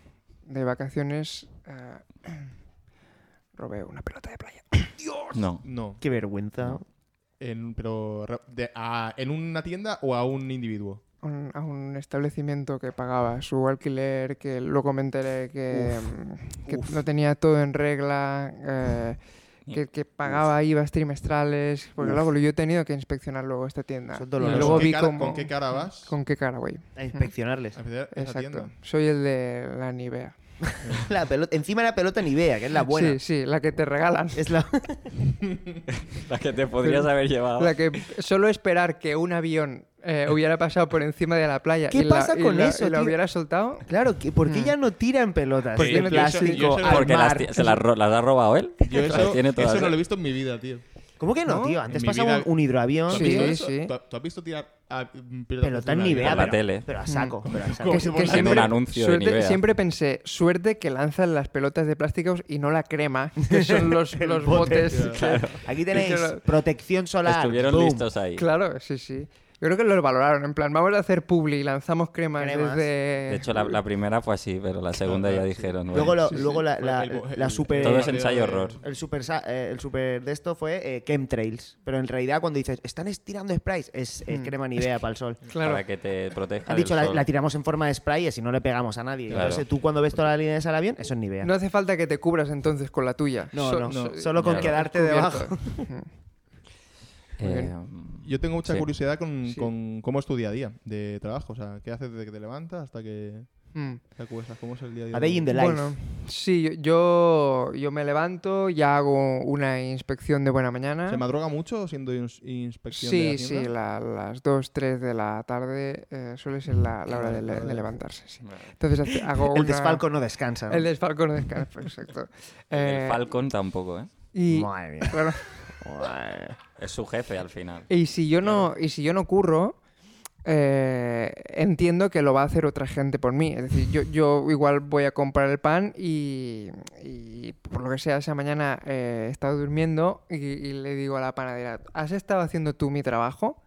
de vacaciones, eh, [clears throat] robé una pelota de playa. [laughs] No. No. Qué vergüenza. En, pero ra- de- a- ¿En una tienda o a un individuo? un- a un establecimiento que pagaba su alquiler, que luego me enteré que, mm, que no tenía todo en regla, eh, que, que pagaba IVAs trimestrales, porque luego yo he tenido que inspeccionar luego esta tienda. Eso es y doloroso. luego ¿Con qué vi cara- cómo- ¿Con qué cara vas? ¿Con qué cara, güey? A inspeccionarles. a visitar esa Exacto. tienda? Soy el de la Nivea. La pelota, encima la pelota ni vea, que es la buena. Sí, sí, la que te regalan. Es la... [laughs] La que te podrías Pero- haber [laughs] llevado. La que solo esperar que un avión eh, hubiera pasado por encima de la playa ¿Qué y, la- pasa y con la, eso, y la tío? hubiera soltado, Claro, que, ¿por qué ya no tiran pelotas Porque de no- yo eso- plástico Ah, yo eso- al [laughs] Porque las, mar? ti- se las, ro- las ha robado él. Yo Las eso, tiene todas eso no lo he él. visto en mi vida, tío. ¿Cómo que no, ¿No? tío? En Antes mi pasaba vida- un, un hidroavión, ¿Tú has Sí, visto tío. eso? sí. ¿Tú, tú has visto tirar a, mm, pelotas Pelota de ni una- vea, Por la pero, tele. pero a saco, pero [laughs] a saco. Como Que- si que fuera En un siempre- anuncio de Suerte- Nivea. siempre pensé, suerte que lanzan las pelotas de plásticos y no la crema, que son los, El los bote, botes. tío. que- Claro. Aquí tenéis Claro. protección solar. Estuvieron boom. listos ahí. Claro, sí, sí. Yo creo que los valoraron. En plan, vamos a hacer publi y lanzamos cremas, Cremas. desde. De hecho, la, la primera fue así, pero la segunda ya dijeron. Luego, bueno, lo- luego la, la- El- el- la el- super... Todo es ensayo horror. El super, sa- eh, el super de esto fue eh, chemtrails. Pero en realidad cuando dices, están estirando sprays, es, es crema ni idea para el sol. Claro. Para que te proteja. Han del dicho, la, sol. la tiramos en forma de spray y si no le pegamos a nadie. Claro. Entonces tú cuando ves toda la línea de esa avión, eso es Nivea. No hace falta que te cubras entonces con la tuya. No, So- no, so- solo con Claro. quedarte cubierto. debajo. Muy Eh, Yo tengo mucha Sí. curiosidad con, Sí. con cómo es tu día a día de trabajo. O sea, ¿qué haces desde que te levantas hasta que Mm. te acuestas? ¿Cómo es el día a día? A day in the life. Bueno, sí, yo, yo me levanto, ya hago una inspección de buena mañana. ¿Se madruga mucho siendo ins- inspección de Sí, Hacienda? sí, la- las 2, 3 de la tarde eh, suele ser la, la hora de, le- de levantarse. sí. Entonces hace- hago El una- desfalco no descansa. ¿no? El desfalco no descansa, exacto. Eh, el Falcon tampoco, ¿eh? y, Madre mía. claro, Madre. Es su jefe al final. y si yo no, y si yo no curro, eh, entiendo que lo va a hacer otra gente por mí. Es decir, yo, yo igual voy a comprar el pan y, y por lo que sea, esa mañana eh, he estado durmiendo y, y le digo a la panadera, ¿has estado haciendo tú mi trabajo?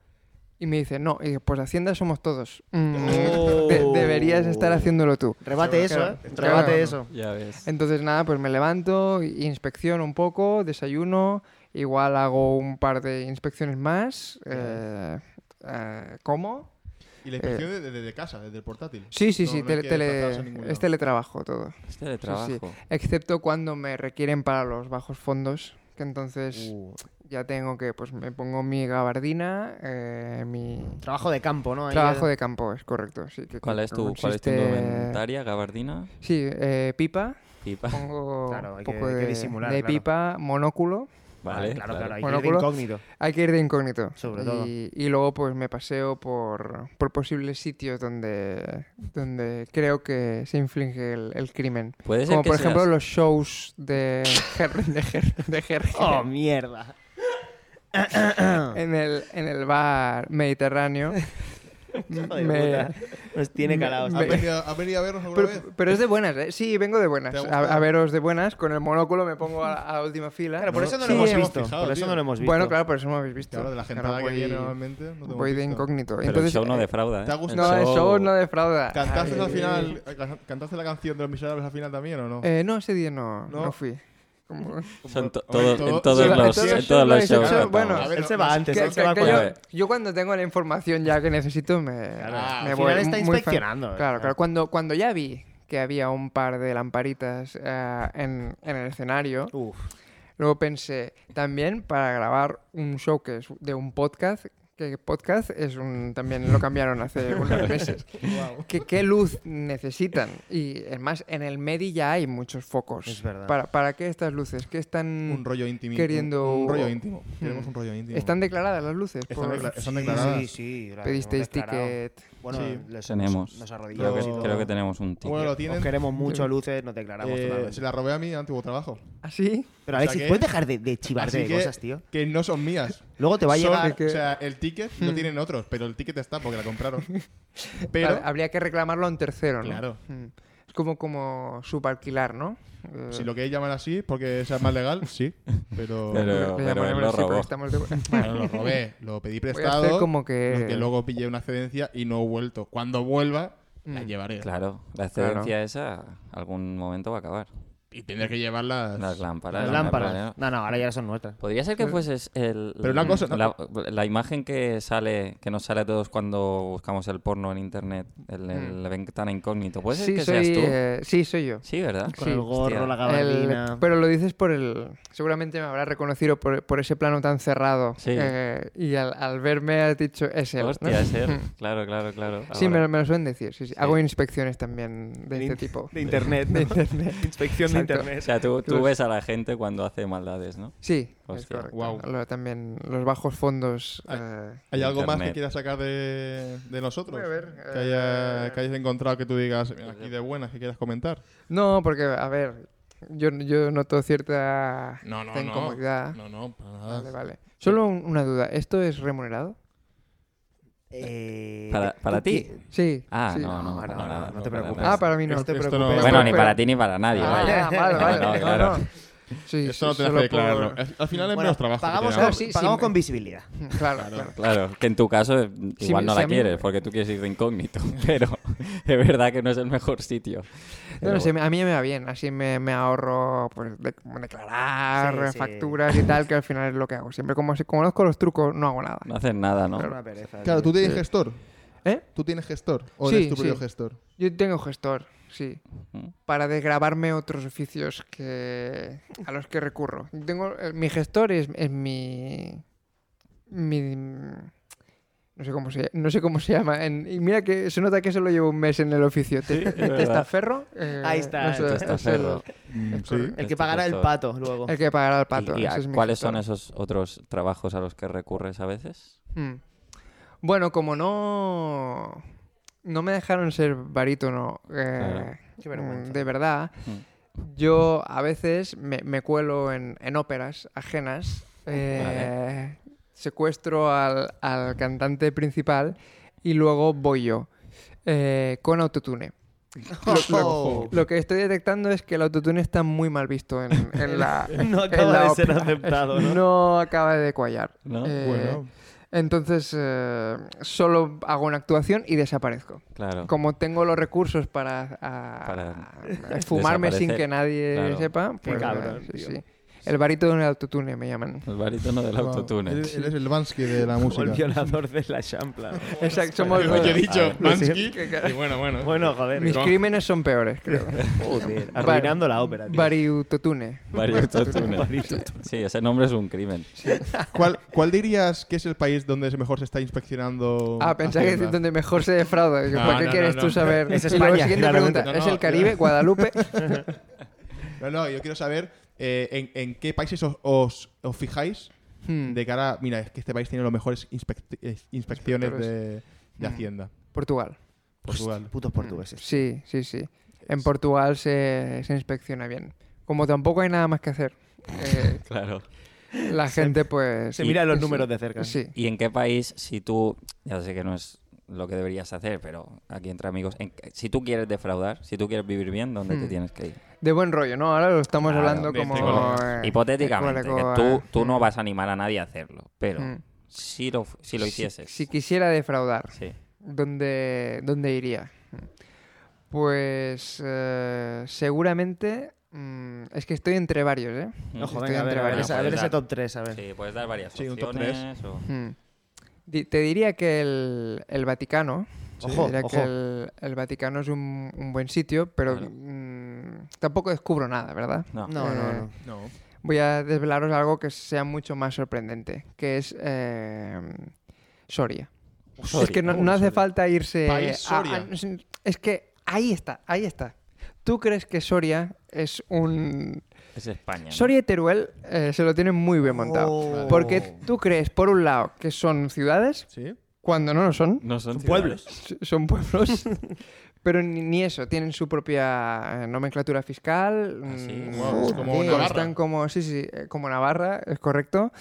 Y me dice, no, y digo, pues Hacienda somos todos. Mm, de- deberías estar haciéndolo tú. [laughs] Rebate eso, Claro, ¿eh? Rebate claro. eso. Ya ves. Entonces nada, pues me levanto, inspecciono un poco, desayuno, igual hago un par de inspecciones más, eh, eh, como. Y la inspección de- desde casa, desde el portátil. Eh, Sí, sí, No- sí, no hay tele- que tele- desplazarse a ningún es lado. teletrabajo todo, Este de trabajo. sí. excepto cuando me requieren para los bajos fondos, que entonces [laughs] Uh, ya tengo que, pues me pongo mi gabardina, eh, mi trabajo de campo, ¿no? Ahí trabajo el- de campo, es correcto. sí, que ¿Cuál es tu, cuál es tu consiste- indumentaria? ¿Gabardina? Sí, eh, pipa, ¿Pipa? pongo Claro, un hay que- poco hay que de, disimular, de claro. pipa, monóculo. Vale, claro, claro, hay que Bueno, ir de culo. [laughs] incógnito. Hay que ir de incógnito. Sobre y, todo. Y luego pues me paseo por, por posibles sitios donde, donde creo que se inflige el, el crimen. Puede ser Como que por ejemplo seas- los shows de Ger- de Ger- de Jerjes ¡Oh, mierda! [laughs] en, el, en el bar mediterráneo. Joder, Me- puta. Nos tiene me- calados. ¿Has me- venido, has venido a vernos alguna pero, vez? pero es de buenas, ¿eh? Sí, vengo de buenas. ¿Te ha A, gustado? a veros de buenas, con el monóculo me pongo a, a última fila. Claro, por eso no Sí, lo hemos eh, visto. fijado, por eso tío. no lo hemos visto. Bueno, claro, por eso no me habéis visto. Claro, de la gente Ahora que viene voy, normalmente. No te voy hemos de visto. incógnito. Pero Entonces, el show no eh, defrauda, ¿eh? ¿te ha gustado? No, el show no defrauda. ¿Cantaste al Ay. final, eh, cantaste la canción de Los Miserables al final también o no? Eh, no, ese día no, ¿No? no. fui. Como- Son to- Hombre, todo- todo- en todos sí, en los, todos en los shows lo todos los shows. habéis hecho, cantamos. bueno. A ver, Él no- se va no- antes, Que- él se que va yo- cuando... ver. yo cuando tengo la información ya que necesito me, Ah, me al voy final está muy fan. inspeccionando, eh. Claro, claro. Cuando, cuando ya vi que había un par de lamparitas eh, en, en el escenario, Uf, luego pensé, también para grabar un show que es de un podcast, que podcast es un, también lo cambiaron hace unos meses. que qué luz necesitan. Y es más, en el Medi ya hay muchos focos. Es verdad. ¿Para, para qué estas luces? ¿Qué están, Un rollo íntimo. Queriendo- Hmm. Un rollo íntimo. Queremos un rollo íntimo. están declaradas las luces? Están Por- decla- están Sí, declaradas. Sí, sí, la- Pedisteis hemos declarado. ticket. Bueno, Sí. les- Tenemos. Nos Creo arrodillamos. que, y todo. creo que tenemos un ticket. Bueno, lo Os tienen. queremos mucho, luces, nos declaramos Eh, totalmente. se la robé a mi antiguo trabajo. ¿Así? o sea Pero Alexis, que- ¿puedes dejar de, de chivarte Así de que- cosas, tío? Que no son mías. Luego te va a Son- llegar... que- Hmm. O sea, el ticket no tienen otros, pero el ticket está porque [laughs] la compraron. Pero. Ha- Habría que reclamarlo en tercero, ¿no? Claro. Mm. Es como, como subalquilar, ¿no? Eh, Si Pues lo queréis llamar así, porque sea más legal, sí. Pero. Pero- lo- lo pero llamaremos lo así porque robó. estamos de- Bueno, lo robé, lo pedí prestado. hacer como que- lo luego pillé una excedencia y no he vuelto. Cuando vuelva, Hmm. la llevaré. Claro, la excedencia esa algún momento va a acabar. Y tendré que llevarlas. Las lámparas. Las no me lámparas. problema. No, no, ahora ya son nuestras. Podría ser que fueses el, Pero una cosa, ¿no? la, la imagen que sale, que nos sale a todos cuando buscamos el porno en internet, el, el ventana incógnito. Puede ser sí, que soy, seas tú. eh, sí, soy yo. Sí, ¿verdad? Con el Sí, gorro, hostia. la El- gabardina... pero lo dices por el. Seguramente me habrás reconocido por, por ese plano tan cerrado. Sí. Eh, y al, al verme has dicho, es él. ¿no? Hostia, [laughs] es él. Claro, claro, claro. Sí, Ahora. me, me lo suelen decir. sí, sí. Hago inspecciones también de este tipo. De internet, ¿no? Exacto. Inspección de internet. O sea, tú, tú ves a la gente cuando hace maldades, ¿no? Sí, es Hostia, correcto. guau. Ah. Lo- también los bajos fondos. Ay. eh, ¿Hay algo más que Internet. quieras sacar de, de nosotros? Voy a ver, que, haya- eh, que hayas encontrado que tú digas "Mira, aquí de buenas que quieras comentar. No, porque, a ver, yo, yo noto cierta No, no, cierta no. incomodidad. No, no, para nada. Vale, vale. Solo un- una duda. ¿Esto es remunerado? Eh, Para, para ¿tú ti. qué- Sí. Ah, sí. no, no, no, para no, nada, no te para preocupes. nada. Ah, para mí no. Esto- te esto preocupes, no- Bueno, pero- ni pero- para ti ni para nadie. Ah, vaya. ya, vale, No, vale. no, No, claro. no. Sí, Esto no sí, te hace solo declararlo. por- Al- Al final es Bueno, menos trabajo. que Pagamos, te da. da. con, Ah, sí, sí, pagamos me- con visibilidad. [laughs] Claro, claro. Claro, que en tu caso eh, Si igual me- no si a la mí- quieres porque tú quieres ir de incógnito, [laughs] pero es verdad que no es el mejor sitio. Yo Pero no sé, a mí me va bien, así me, me ahorro pues, de- declarar Sí, sí. facturas y tal, que al final es lo que hago. Siempre como si conozco los trucos, no hago nada. No haces nada, ¿no? Es una pereza. Claro, tío. tú tienes gestor. ¿Eh? Tú tienes gestor. O Sí, eres tu sí. propio gestor. Yo tengo gestor, sí, Ujú. para desgrabarme otros oficios que a los que recurro. Tengo eh, mi gestor es, es mi mi no sé cómo se no sé cómo se llama en- y mira que se nota que solo llevo un mes en el oficio. Te- Testaferro. eh, Ahí está, no sé, el es el- testaferro. Mm, correcto. sí. El que pagará el Esto- pato luego. El que pagará el pato. ¿Y, y a- ese es mi Este cuáles gestor. son esos otros trabajos a los que recurres a veces? Mm. Bueno, como no. No me dejaron ser barítono. eh, Qué vergüenza. Mm. De verdad. Yo a veces me, me cuelo en, en óperas ajenas. eh, Secuestro al, al cantante principal y luego voy yo. eh, con autotune. [laughs] Lo, lo- Oh. lo que estoy detectando es que el autotune está muy mal visto en, en la. [laughs] [laughs] No en acaba la [laughs] de ser ópera. aceptado, ¿no? No acaba de cuallar. ¿No? Eh, Bueno. entonces, eh, solo hago una actuación y desaparezco. Claro. Como tengo los recursos para, a- Para a fumarme sin desaparecer. que nadie Claro. sepa, pues, cabrón, eh, sí, sí. El barítono del autotune me llaman. [laughs] El barítono del [laughs] Wow. autotune. Él, él es el Bansky de la O el música. violador de la champla. Exacto, somos Yo he los- A dicho ver. Bansky. Que- que- Y bueno, bueno. Bueno, joder. mis crímenes son peores, creo. Joder, Arruinando la ópera, tío. Bariutotune. Bariutotune. Sí, ese nombre es un crimen. ¿Cuál, ¿Cuál dirías que es el país donde se mejor se está inspeccionando? Ah, pensaba que Hacienda? es donde mejor se defrauda. Digo, No, ¿Para qué no, quieres no, tú no. saber? Es y luego, España, siguiente claramente. pregunta. No, ¿Es no, el Caribe, yo- Guadalupe? [laughs] No, no, yo quiero saber eh, en, en qué países os, os- os fijáis Mm. Hmm, de cara a, Mira, es que este país tiene las mejores inspec- eh, inspecciones de, de Mm. Hacienda. Portugal. Portugal. Putos portugueses. Sí, sí, sí. En Portugal se, se inspecciona bien. Como tampoco hay nada más que hacer, eh, Claro. la gente pues... Se miran los sí, números de cerca. Sí. ¿Y en qué país, si tú, ya sé que no es lo que deberías hacer, pero aquí entre amigos, en- si tú quieres defraudar, si tú quieres vivir bien, ¿dónde te Hmm. tienes que ir? De buen rollo, ¿no? Ahora lo estamos Claro, hablando de como... colegas. eh, Hipotéticamente, de que colegas. tú, tú no vas a animar a nadie a hacerlo, pero Mm. si lo, fu- si lo hicieses. Si quisiera defraudar, Sí. ¿dónde, dónde iría? Pues eh, seguramente... mm, es que estoy entre varios, ¿eh? No, Estoy joder, a ver, entre a ver, varios. esa- a ver Puedes ese dar. top 3, a ver. Mm, Sí, puedes dar varias Sí, un top tres. opciones. o- Mm. Hmm. Di- Te diría que el, el Vaticano... Ojo, Diría que ojo. el, el Vaticano es un, un buen sitio, pero Claro. mm, tampoco descubro nada, ¿verdad? No. No, no, no. No. Voy a desvelaros algo que sea mucho más sorprendente, que es eh, Soria. Soria. Es que no, no hace falta irse. País a- a- Soria. es que ahí está, ahí está. ¿Tú crees que Soria es un. Es España. ¿no? Soria y Teruel eh, se lo tienen muy bien montado. Oh. Porque tú crees, por un lado, que son ciudades, Sí. cuando no lo son. No son Pueblos. ciudades. S- son pueblos, pero ni, ni eso, tienen su propia eh, nomenclatura fiscal. Ah, sí. mm, Wow, es como sí, Navarra. Están como, sí, sí, eh, como Navarra, es correcto.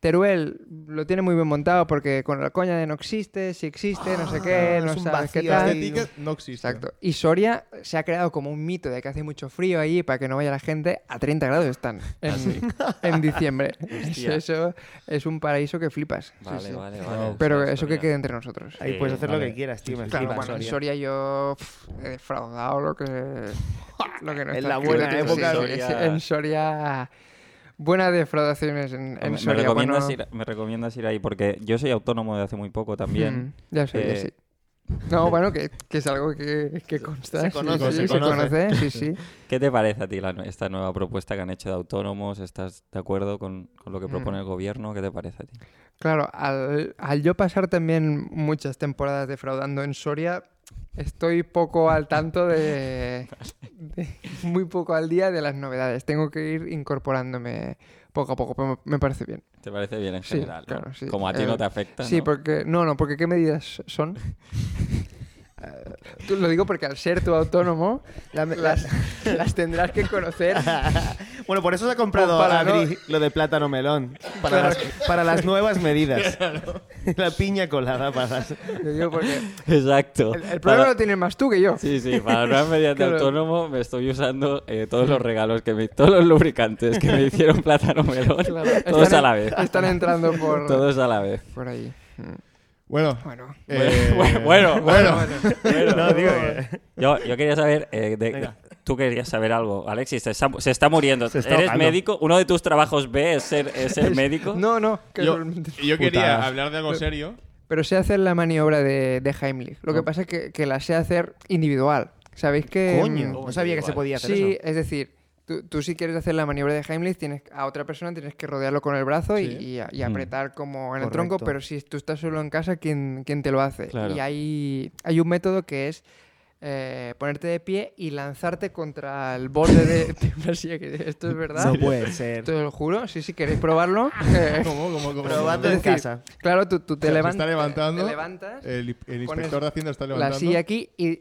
Teruel lo tiene muy bien montado porque con la coña de no existe, si existe, no sé qué, es no un sabes qué vacío tal. Este ahí. ticket no existe. Exacto. Y Soria se ha creado como un mito de que hace mucho frío allí para que no vaya la gente. A 30 grados están en, [laughs] en diciembre. Hostia. Eso es un paraíso que flipas. Sí, Vale, sí. vale, vale. Pero O sea, eso que Soria. quede entre nosotros. Ahí Sí, puedes hacer lo vale. que quieras, tío. me Claro, flipa, bueno, Soria. en Soria yo pff, he defraudado lo que, lo que no En está la escrito, buena tío. época Sí, de sí, Soria. En Soria, buenas defraudaciones en, en Me- me, Soria. recomiendas bueno, ir, me recomiendas ir ahí porque yo soy autónomo de hace muy poco también. mm, ya sé, ya Eh, sé. No, bueno, que, que es algo que, que consta. Se sí, conoce, sí, se conoce. conoce, sí, sí. ¿Qué te parece a ti la nue- esta nueva propuesta que han hecho de autónomos? ¿Estás de acuerdo con, con lo que propone Mm. el gobierno? ¿Qué te parece a ti? Claro, al, al yo pasar también muchas temporadas defraudando en Soria, estoy poco al tanto [laughs] de, de- Muy poco al día de las novedades. Tengo que ir incorporándome poco a poco, pero me- me parece bien. ¿Te parece bien en Sí, general? no? claro, sí. Como a ti no Eh, te afecta. Sí, ¿no? porque. No, no, porque ¿qué medidas son? Eh, Tú- lo digo porque al ser tu autónomo, La- las, las tendrás que [laughs] conocer. [laughs] Bueno, por eso se ha comprado Pues para Adri lo de plátano melón. Para, Claro. las, para las nuevas medidas. [laughs] La piña colada para las... Lo digo porque. [laughs] Exacto. El, el problema Para- lo tienes más tú que yo. Sí, sí, para hablar [laughs] mediante Claro. autónomo me estoy usando eh, todos los regalos que me todos los lubricantes que [laughs] me hicieron plátano melón, Claro, están todos a en- la vez. Están entrando por, Todos a la vez. por ahí. Bueno. Bueno. eh, Bueno, [laughs] bueno, bueno. bueno. No, digo que... Yo, yo quería saber, eh, de- Venga. tú querías saber algo, Alexis, se está, se está muriendo. Se está ¿Eres ahogando. médico? ¿Uno de tus trabajos B es ser, es [laughs] ser médico? [laughs] No, no. que Yo, realmente- yo quería Putadas. hablar de algo serio. Pero sé hacer la maniobra de, de Heimlich. Lo que pasa es que, que la sé hacer individual. ¿Sabéis que. Coño, mm, Eh, no sabía que se podía hacer Sí, eso. es decir, tú, tú si quieres hacer la maniobra de Heimlich, tienes a otra persona tienes que rodearlo con el brazo y- Sí. y, a- y apretar como en el Hmm. Correcto. tronco, pero si tú estás solo en casa, ¿quién, quién te lo hace? Claro. Y hay, hay un método que es eh, ponerte de pie y lanzarte contra el borde de, [laughs] de una silla. que- Esto es verdad. No puede ser. Te lo juro, sí, si queréis probarlo. [laughs] eh, ¿Cómo, cómo, cómo? Probando Es en decir, casa. Claro, tú, tú te, Se levantas, está levantando. te levantas, El, el Pones inspector de Hacienda está la levantando. silla aquí y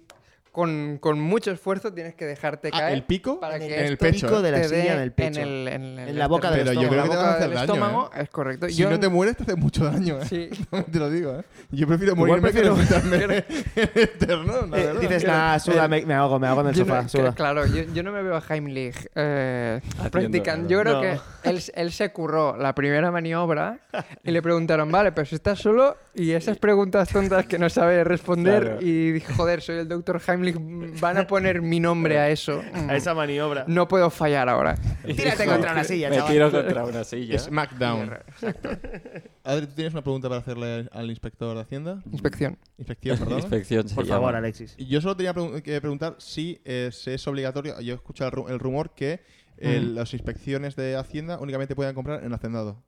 con, con mucho esfuerzo tienes que dejarte Ah, caer. el pico para en que el esto pecho. pico ¿eh? de la te silla dé en el pecho. el- el la boca del estómago. Pero yo creo que En la te vas a boca hacer del daño, ¿eh? estómago es correcto. Si Yo- no te mueres, te hace mucho daño, ¿eh? [laughs] [laughs] Sí. te lo digo, ¿eh? Yo prefiero Igual morirme prefiero- que quitarme [laughs] eterno, la Eh, verdad. [laughs] dices, nada, suda, me, me ahogo, me ahogo en el yo no- sofá, suda. claro, yo, yo no me veo a Heimlich eh, Ah, Haciendo, practicando. claro. Yo creo No. que él, él se curró la primera maniobra y le preguntaron, vale, pero si estás solo y esas preguntas tontas que no sabe responder Claro. y dijo, joder, soy el doctor Heimlich, van a poner mi nombre a [laughs] eso. Mm, maniobra. No puedo fallar ahora. Tírate contra una silla, Me chaval. tiro contra una silla. SmackDown. Adri, ¿tú tienes una pregunta para hacerle al inspector de Hacienda? Inspección. [laughs] Inspección, perdón. Inspección se Por favor, llama. Alexis. Yo solo tenía pregun- que preguntar si es, es obligatorio. Yo he escuchado el, ru- el rumor que eh, las inspecciones de Hacienda únicamente pueden comprar en Hacendado.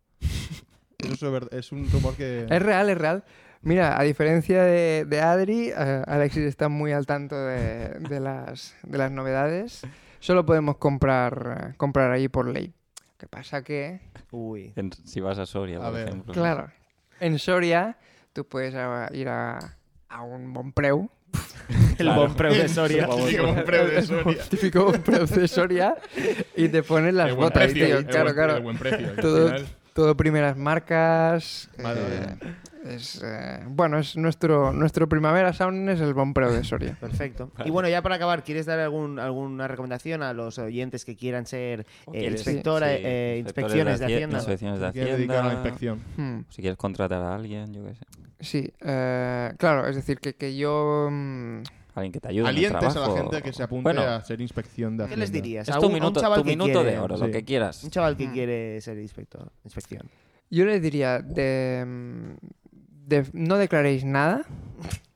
Eso es, ver- es un rumor que. Es real, es real. Mira, a diferencia de, de Adri, eh, Alexis está muy al tanto de, de las, de las novedades. Solo podemos comprar, eh, comprar allí por ley. Lo que pasa que, Uy. En- si vas a Soria, A por ver. ejemplo. claro, en Soria tú puedes a- ir a, a un Bonpreu, El Claro. bon preu de [laughs] Soria. Sí, [laughs] un preu de Soria. típico Bonpreu de Soria, y te pones las El buen botas, precio, tío. el Claro, buen- claro. el buen precio, que Todo- al final- Todo primeras marcas. Vale, eh, vale. es, eh, bueno, es nuestro, nuestro primavera sound es el Bonpreu de [laughs] Soria. Perfecto. Y bueno, ya para acabar, ¿quieres dar algún, alguguna recomendación a los oyentes que quieran ser O eh, Oh, quieres- inspectora, sí, eh, inspectores inspecciones de haci- Hacienda? Inspecciones de Me quiero dedicar a la Hacienda. inspección. Hmm. Si quieres contratar a alguien, yo qué sé. Sí, eh, claro, es decir, que, que yo... mm, Alguien que te ayude. en el Alientes a la trabajo. gente que se apunte Bueno, a ser inspección de ¿Qué Hacienda. les dirías? Es A un- tu a un minuto, chaval tu que minuto de quiere- oro, sí. lo que quieras. Un chaval que quiere ser inspector, inspección. Yo les diría, de, mm, de- no declaréis nada,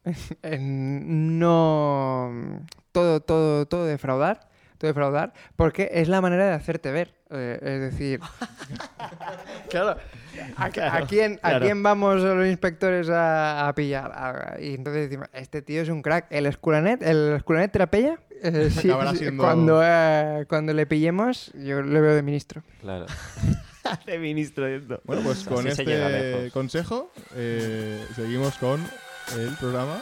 [laughs] en no... mm, Todo, todo, todo defraudar, tu defraudar, porque es la manera de hacerte ver. Eh, es decir, [laughs] claro, ¿a, a quién, ¿a claro. quién vamos los inspectores a, a pillar? A- y entonces decimos, este tío es un crack. El esculanet, el esculanet terapia, Acabará siendo- Eh, cuando, eh, cuando le pillemos, yo le veo de ministro. Claro. Hace ministro de esto. Bueno, pues con Así se llega este lejos. consejo eh, seguimos con el programa.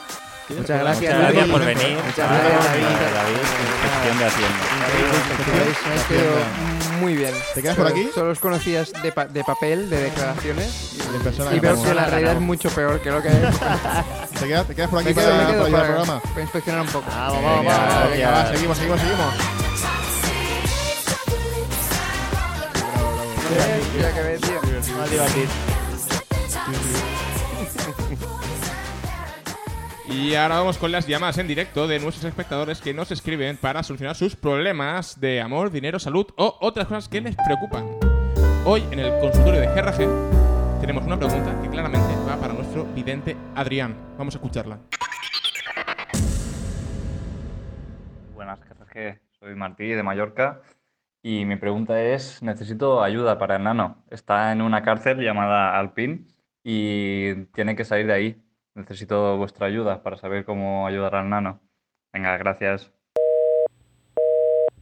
que Muchas recordamos- gracias. Muchas gracias por David. venir. Muchas Ah, gracias, David. David, inspección de Hacienda. Ha quedado muy bien. ¿Te quedas por Solo- aquí? Solo os conocías de, pa- de papel, de declaraciones. En persona Y veo ganamos. que la realidad es mucho peor que lo [laughs] que es. ¿Te quedas, te quedas por aquí Me quedo, para, me quedo para ayudar al para- programa? para inspeccionar un poco. Vamos, vamos, venga, va, [laughs] seguimos, seguimos, seguimos. Mira que ve, tío. Y ahora vamos con las llamadas en directo de nuestros espectadores que nos escriben para solucionar sus problemas de amor, dinero, salud o otras cosas que les preocupan. Hoy en el consultorio de GRG tenemos una pregunta que claramente va para nuestro vidente Adrián. Vamos a escucharla. Buenas, que Soy Martí de Mallorca y mi pregunta es, necesito ayuda para Nano. Está en una cárcel llamada Alpin y tiene que salir de ahí. Necesito vuestra ayuda para saber cómo ayudar al Nano. Venga, gracias.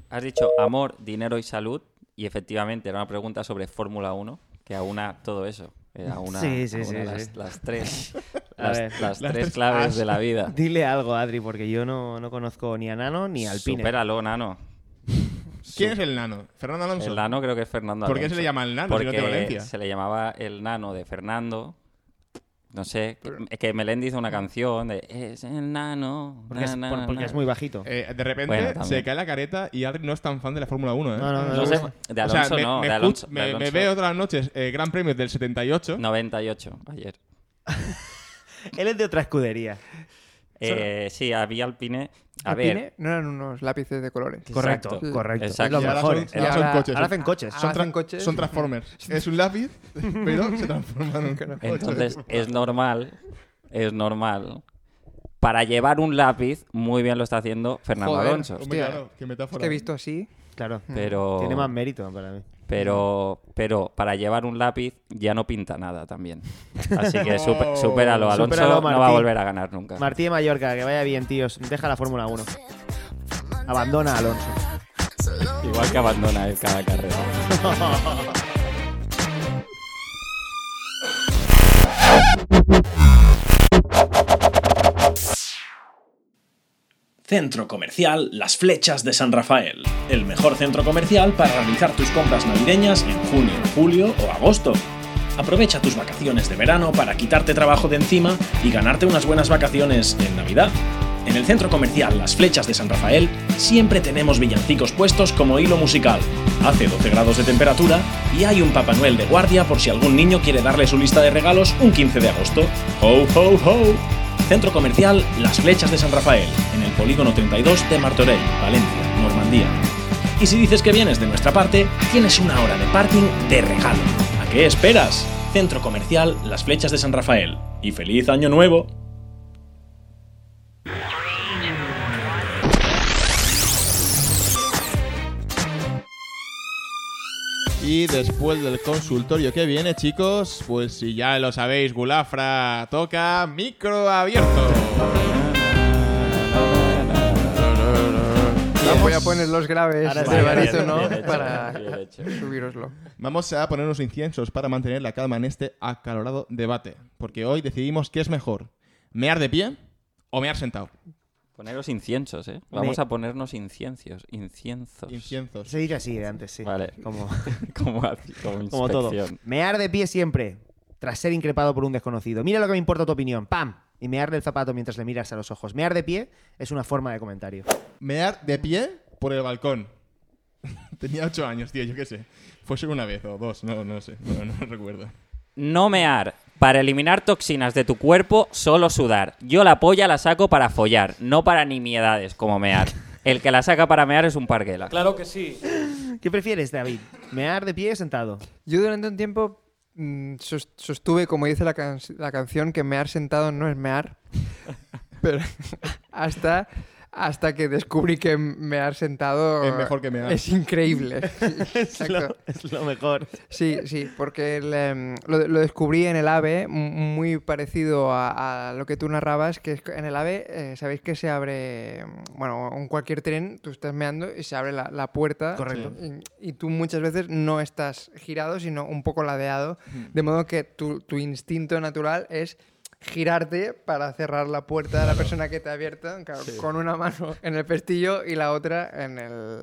Has dicho amor, dinero y salud, y efectivamente era una pregunta sobre Fórmula 1, que aúna todo eso. eh, Aúna, Sí, sí, aúna sí, las, sí. las tres, [laughs] A las, ver, las las tres tres claves as. de la vida. Dile algo, Adri, porque yo no, no conozco ni a Nano ni al Pine. Supéralo, nano. ¿Quién es el nano? Fernando Alonso. El nano creo que es Fernando ¿Por qué Alonso. se le llama el nano si no es de Porque Valencia? se le llamaba el nano de Fernando. No sé, que, que Melendi hizo una canción de Es el nano. Porque, es, na, na, por- porque na". es muy bajito. Eh, de repente Bueno, también. se cae la careta y Adri no es tan fan de la Fórmula 1, ¿eh? No, no, no. No sé, de O sea, Alonso me, no, me de escu- Alonso. de me- me Alonso. veo todas las noches eh, Gran Premio del 78. 98, ayer. [laughs] Él es de otra escudería. Eh, sí, había Alpine. A Alpine, ver, no eran unos lápices de colores. Correcto, Exacto. correcto. Exacto. Y ahora son- mejores. y ahora Y son ahora- coches. Ahora hacen coches. Ah, Son, hacen tran- coches. [laughs] son Transformers. es un lápiz, pero se transforman en un coche. [laughs] Entonces, es normal, es normal. Para llevar un lápiz, muy bien lo está haciendo Fernando Joder, Alonso. Hombre, hostia. claro, qué metáfora. Te he visto así. Claro. Pero, Tiene más mérito para mí. pero, pero para llevar un lápiz ya no pinta nada también. Así [laughs] que supe- Oh. supéralo. Alonso Supéralo, no va a Martín. volver a ganar nunca. Martí de Mallorca, que vaya bien, tíos. Deja la Fórmula 1. Abandona a Alonso. Igual que abandona él cada carrera. Centro Comercial Las Flechas de San Rafael. El mejor centro comercial para realizar tus compras navideñas en junio, julio o agosto. Aprovecha tus vacaciones de verano para quitarte trabajo de encima y ganarte unas buenas vacaciones en Navidad. En el centro comercial Las Flechas de San Rafael siempre tenemos villancicos puestos como hilo musical. Hace 12 grados de temperatura y hay un Papá Noel de guardia por si algún niño quiere darle su lista de regalos un 15 de agosto. ¡Ho, ho, ho! Centro Comercial Las Flechas de San Rafael, en el polígono 32 de Martorell, Valencia, Normandía. Y si dices que vienes de nuestra parte, tienes una hora de parking de regalo. ¿A qué esperas? Centro Comercial Las Flechas de San Rafael. Y feliz año nuevo. Y después del consultorio que viene, chicos, pues si ya lo sabéis, Gulafra toca micro abierto. Y voy a poner los graves Ahora de sí, barítono bien hecho, para bien hecho. subiroslo. Vamos a poner unos inciensos para mantener la calma en este acalorado debate, porque hoy decidimos qué es mejor, mear de pie o mear sentado. Poneros inciensos, ¿eh? Vamos Me- a ponernos inciencios. Inciensos. Inciensos. Se dice así de antes, sí. Vale. Como, [laughs] como, como como todo. inspección. Mear de pie siempre, tras ser increpado por un desconocido. Mira lo que me importa tu opinión. ¡Pam! Y mearle el zapato mientras le miras a los ojos. Mear de pie es una forma de comentario. Mear de pie por el balcón. [laughs] Tenía ocho años, tío, yo qué sé. Fue solo una vez o dos, no, no sé, no, no [laughs] recuerdo. No mear. Para eliminar toxinas de tu cuerpo, solo sudar. Yo la polla la saco para follar, no para nimiedades como mear. El que la saca para mear es un parguela. Claro que sí. ¿Qué prefieres, David? ¿Mear de pie o sentado? Yo durante un tiempo mm, sos- sostuve, como dice la, [laughs] can- la canción, que mear sentado no es mear. Pero hasta, hasta que descubrí que me ha sentado. Es mejor que mear. Es [laughs] increíble. Sí, exacto. es lo mejor. Sí, sí, porque el, em, lo, lo descubrí en el AVE, m- muy parecido a, a lo que tú narrabas, que es que en el AVE, eh, sabéis que se abre, em, bueno, en cualquier tren, tú estás meando y se abre la, la puerta. Correcto. Y, y tú muchas veces no estás girado, sino un poco ladeado, de modo que tu, tu instinto natural es girarte para cerrar la puerta de la persona que te ha abierto claro, con una mano en el pestillo y la otra en el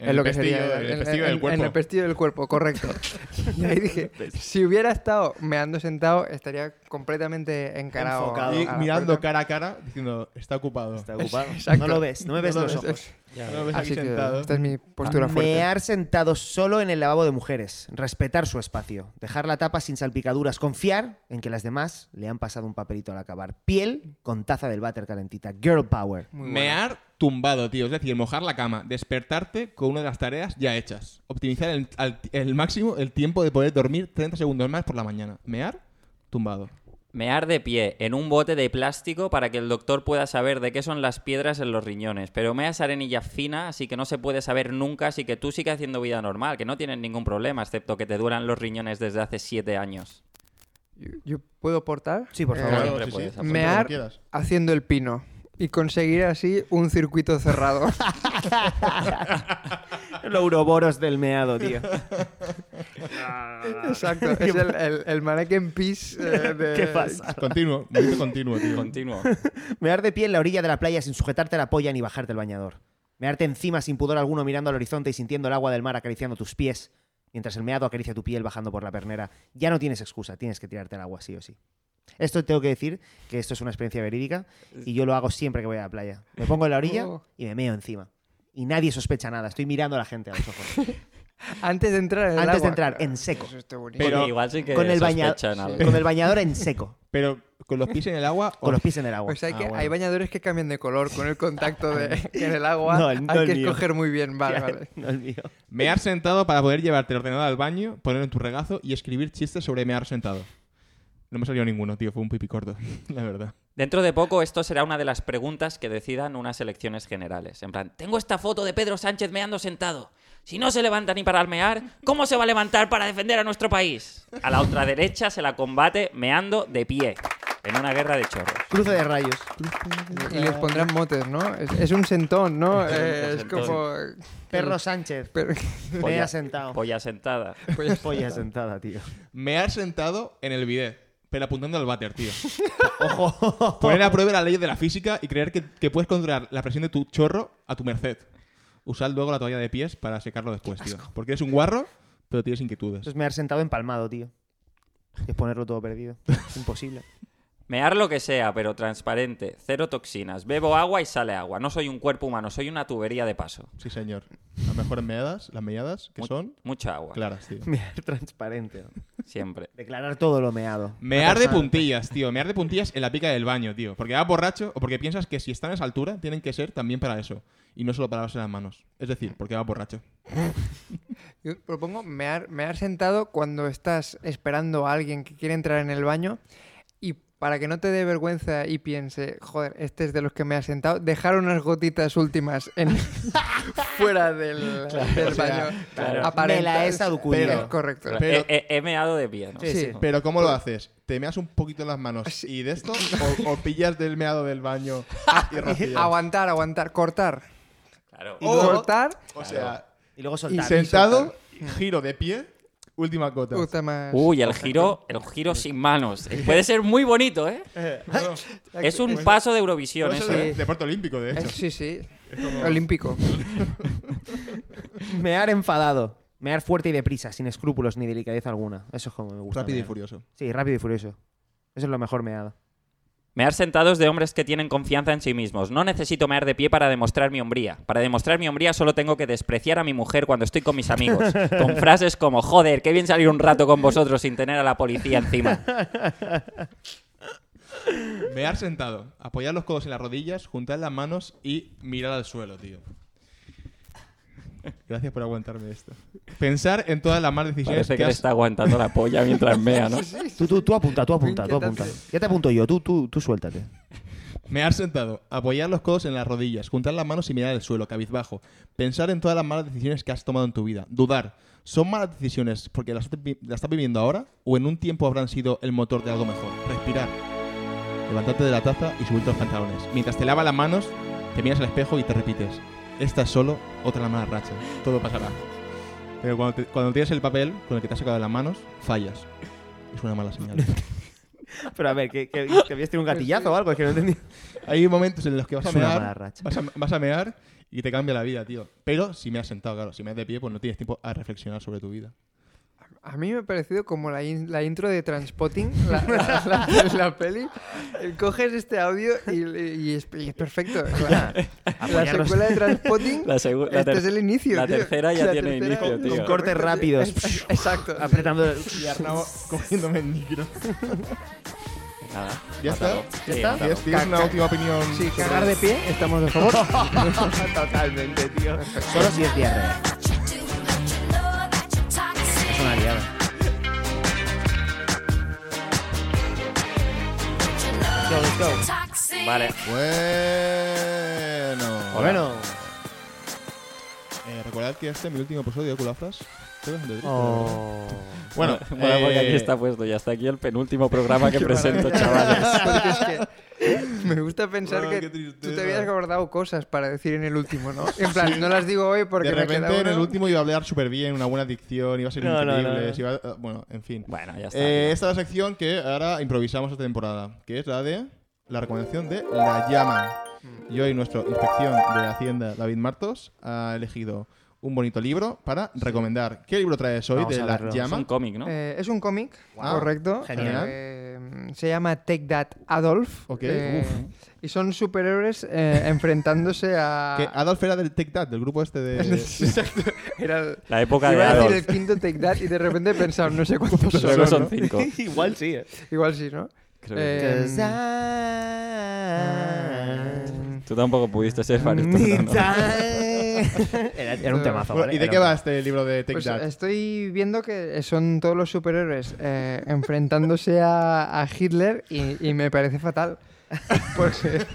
En el pestillo, en el pestillo del cuerpo. en el pestillo del cuerpo, [laughs] correcto. y ahí dije, Pues, si hubiera estado meando sentado, estaría completamente encarado. Ah, Enfocado. a Y la mirando puerta. cara a cara, diciendo, está ocupado. Está ocupado. Exacto. No lo ves, no me ves los ojos. No me ves aquí Así que sentado. esta es mi Ah, postura fuerte. Mear sentado solo en el lavabo de mujeres, respetar su espacio, dejar la tapa sin salpicaduras, confiar en que las demás le han pasado un papelito al acabar. Piel con taza del váter calentita. Girl power. Muy bueno. Mear tumbado, tío. Es decir, mojar la cama, despertarte con una de las tareas ya hechas. Optimizar el, al- el máximo el tiempo de poder dormir 30 segundos más por la mañana. Mear tumbado. Mear de pie en un bote de plástico para que el doctor pueda saber de qué son las piedras en los riñones. Pero meas arenilla fina, así que no se puede saber nunca, así que tú sigues haciendo vida normal, que no tienes ningún problema, excepto que te duran los riñones desde hace siete años. ¿Yo, yo puedo aportar? Sí, por Eh, favor. Siempre puedes aportar. mear quieras. haciendo el pino y conseguir así un circuito [laughs] cerrado. El Ouroboros del meado, tío. Exacto. Es el, el, el mannequin piece [laughs] eh, de... ¿Qué pasa? Continuo, movimiento continuo, tío. Continuo. Mear de pie en la orilla de la playa sin sujetarte la polla ni bajarte el bañador. Mearte encima sin pudor alguno mirando al horizonte y sintiendo el agua del mar acariciando tus pies. Mientras el meado acaricia tu piel bajando por la pernera. Ya no tienes excusa, tienes que tirarte al agua sí o sí. Esto tengo que decir que esto es una experiencia verídica y yo lo hago siempre que voy a la playa. Me pongo en la orilla Oh. y me meo encima. Y nadie sospecha nada, estoy mirando a la gente a los ojos. Antes de entrar en el Antes de agua. entrar, en seco. Eso está bonito. Pero- Porque igual sí que Con el, baña- sospechan algo. con el bañador en seco, Pero con los pies en el agua... [laughs] con los pies en el agua. O sea, Pues hay Ah, que bueno. hay bañadores que cambian de color con el contacto de, que en el agua. No, el- hay no el que mío. escoger muy bien, [laughs] vale, vale. No el mío. Mear sentado para poder llevarte el ordenador al baño, ponerlo en tu regazo y escribir chistes sobre mear sentado. No me salió ninguno, tío. Fue un pipi corto, [laughs] la verdad. Dentro de poco esto será una de las preguntas que decidan unas elecciones generales. En plan, tengo esta foto de Pedro Sánchez meando sentado. Si no se levanta ni para almear, ¿cómo se va a levantar para defender a nuestro país? A la ultraderecha se la combate meando de pie, en una guerra de chorros. Cruce de rayos. Y les pondrán motes, ¿no? Es, es un sentón, ¿no? Eh, es como. Perro Sánchez, [laughs] Pero- mea sentado. Polla sentada. [laughs] Polla sentada, tío. Mear sentado en el bidet, pero apuntando al váter, tío. Ojo. Poner a prueba la ley de la física y creer que, que puedes controlar la presión de tu chorro a tu merced. Usar luego la toalla de pies para secarlo después, tío. Porque eres un guarro, pero tienes inquietudes. Eso es mear sentado empalmado, tío. Es ponerlo todo [laughs] perdido. Es imposible. Mear lo que sea, pero transparente, cero toxinas. Bebo agua y sale agua. No soy un cuerpo humano, soy una tubería de paso. Sí, señor. Las mejores meadas, las meadas, que Mu- son Mucha agua, claras, tío. Mear transparente. ¿no? siempre. Declarar todo lo meado. Mear de Una persona- puntillas, tío. Mear de puntillas en la pica del baño, tío. Porque vas borracho o porque piensas que si están a esa altura tienen que ser también para eso. Y no solo para lavarse las manos. Es decir, porque vas borracho. [laughs] Yo propongo mear, mear sentado cuando estás esperando a alguien que quiere entrar en el baño y para que no te dé vergüenza y piense, joder, este es de los que me ha sentado, dejar unas gotitas últimas en, [laughs] fuera del, del baño. claro. Aparentar- Me la he saducudido. Pero- correcto. Pero- He, he- he meado de pie, ¿no? Sí, sí. Pero ¿cómo lo haces? ¿Te meas un poquito en las manos y de esto? ¿O, o pillas del meado del baño y raspillas? Aguantar, aguantar, cortar. Claro. Y luego- cortar, O sea, Y luego soltar. sentado, giro de pie, última gota. puta más. Uy, el giro, el giro sin manos. Puede ser muy bonito, ¿eh? Es un paso de Eurovisión Puede eso. ser ¿eh? de- deporte olímpico, de Eh, hecho. Sí, sí. [laughs] Olímpico. Mear enfadado. Mear fuerte y deprisa, sin escrúpulos ni delicadeza alguna. Eso es como me gusta. Rápido y mear. furioso. Sí, rápido y furioso. Eso es lo mejor meado. Mear sentados de hombres que tienen confianza en sí mismos. No necesito mear de pie para demostrar mi hombría. Para demostrar mi hombría solo tengo que despreciar a mi mujer cuando estoy con mis amigos. Con frases como, joder, qué bien salir un rato con vosotros sin tener a la policía encima. Mear sentado, apoyar los codos en las rodillas, juntar las manos y mirar al suelo, tío. Gracias por aguantarme esto. Pensar en todas las malas decisiones Parece que, que le has... está aguantando la polla mientras mea, ¿no? [laughs] Tú, tú, tú apunta, tú apunta, tú apunta. Inquietante. Ya te apunto yo, tú, tú, tú suéltate. Mear sentado, apoyar los codos en las rodillas, juntar las manos y mirar al suelo, cabizbajo. Pensar en todas las malas decisiones que has tomado en tu vida. Dudar. ¿Son malas decisiones porque las, vi- las estás viviendo ahora o en un tiempo habrán sido el motor de algo mejor? Respirar. Levantarte de la taza y subirte los pantalones. Mientras te lavas las manos, te miras al espejo y te repites. Esta es solo otra mala racha. Todo pasará. Pero cuando, te- cuando tienes el papel con el que te has sacado de las manos, fallas. Es una mala señal. [laughs] Pero a ver, que, que, que habías tenido un gatillazo o algo, es que no entendí. Hay momentos en los que vas a Es una mear, mala racha. Vas, a, vas a mear y te cambia la vida, tío. Pero si me has sentado, claro, si me has de pie, pues no tienes tiempo a reflexionar sobre tu vida. A mí me ha parecido como la, in- la intro de Transpotting, [laughs] la, la- la- la peli. Eh, Coges este audio y, y es, y es perfecto. [laughs] La, la Apoyarlos. secuela de Transpotting, La segu- la este ter- es el inicio. la tío. tercera ya tiene inicio, con- tío. con [laughs] Cortes rápidos. Es- [laughs] Exacto. Apretando. el- Y Arnau cogiéndome Ah, el micro. Nada. ¿Ya mátalo. está? Sí, está? mátalo. ¿Tienes, tienes una última opinión? Sí, sobre- cagar de pie, estamos de favor. Totalmente, tío. Solo si es diarrea. Es una liada. Let's go, let's go. Vale. Bueno. Bueno. Eh, recordad que este es mi último episodio de Culazas. Creo que es el de Drift, Oh. [laughs] Bueno, Bueno, porque aquí eh, está puesto y hasta aquí el penúltimo programa que presento, chavales. Porque es que me gusta pensar Ah, que qué tú te tristeza. habías guardado cosas para decir en el último, ¿no? En plan, no las digo hoy porque de me queda repente en el uno. último iba a hablar súper bien, una buena dicción, iba a ser No, no, increíble. no, no. se iba a- bueno, en fin. Bueno, ya está. Eh, esta es la sección que ahora improvisamos esta temporada, que es la de la recomendación de La Llama. Mm. Y hoy nuestro inspección de Hacienda, David Martos, ha elegido un bonito libro para recomendar. ¿Qué libro traes hoy Vamos de a La verlo. es Llama? un cómic, ¿no? Eh, es un cómic, Wow. correcto. Genial. Eh, se llama Take That Adolf. Ok, Eh, Y son superhéroes eh, enfrentándose a. [laughs] Que Adolf era del Take That, del grupo este [laughs] de... Era el- La época de iba a decir el Adolf. quinto Take That y de repente he pensado, no sé cuántos son. Creo que son ¿no? [laughs] cinco. Igual sí, eh. Igual sí, ¿no? Creo que sí. Em. Eh, Tú tampoco pudiste ser varios. Era, era un temazo, Bueno, ¿vale? ¿Y de Era qué un eh, va este libro de Take Pues That? estoy viendo que son todos los superhéroes eh, enfrentándose a, a Hitler y, y me parece fatal. Porque,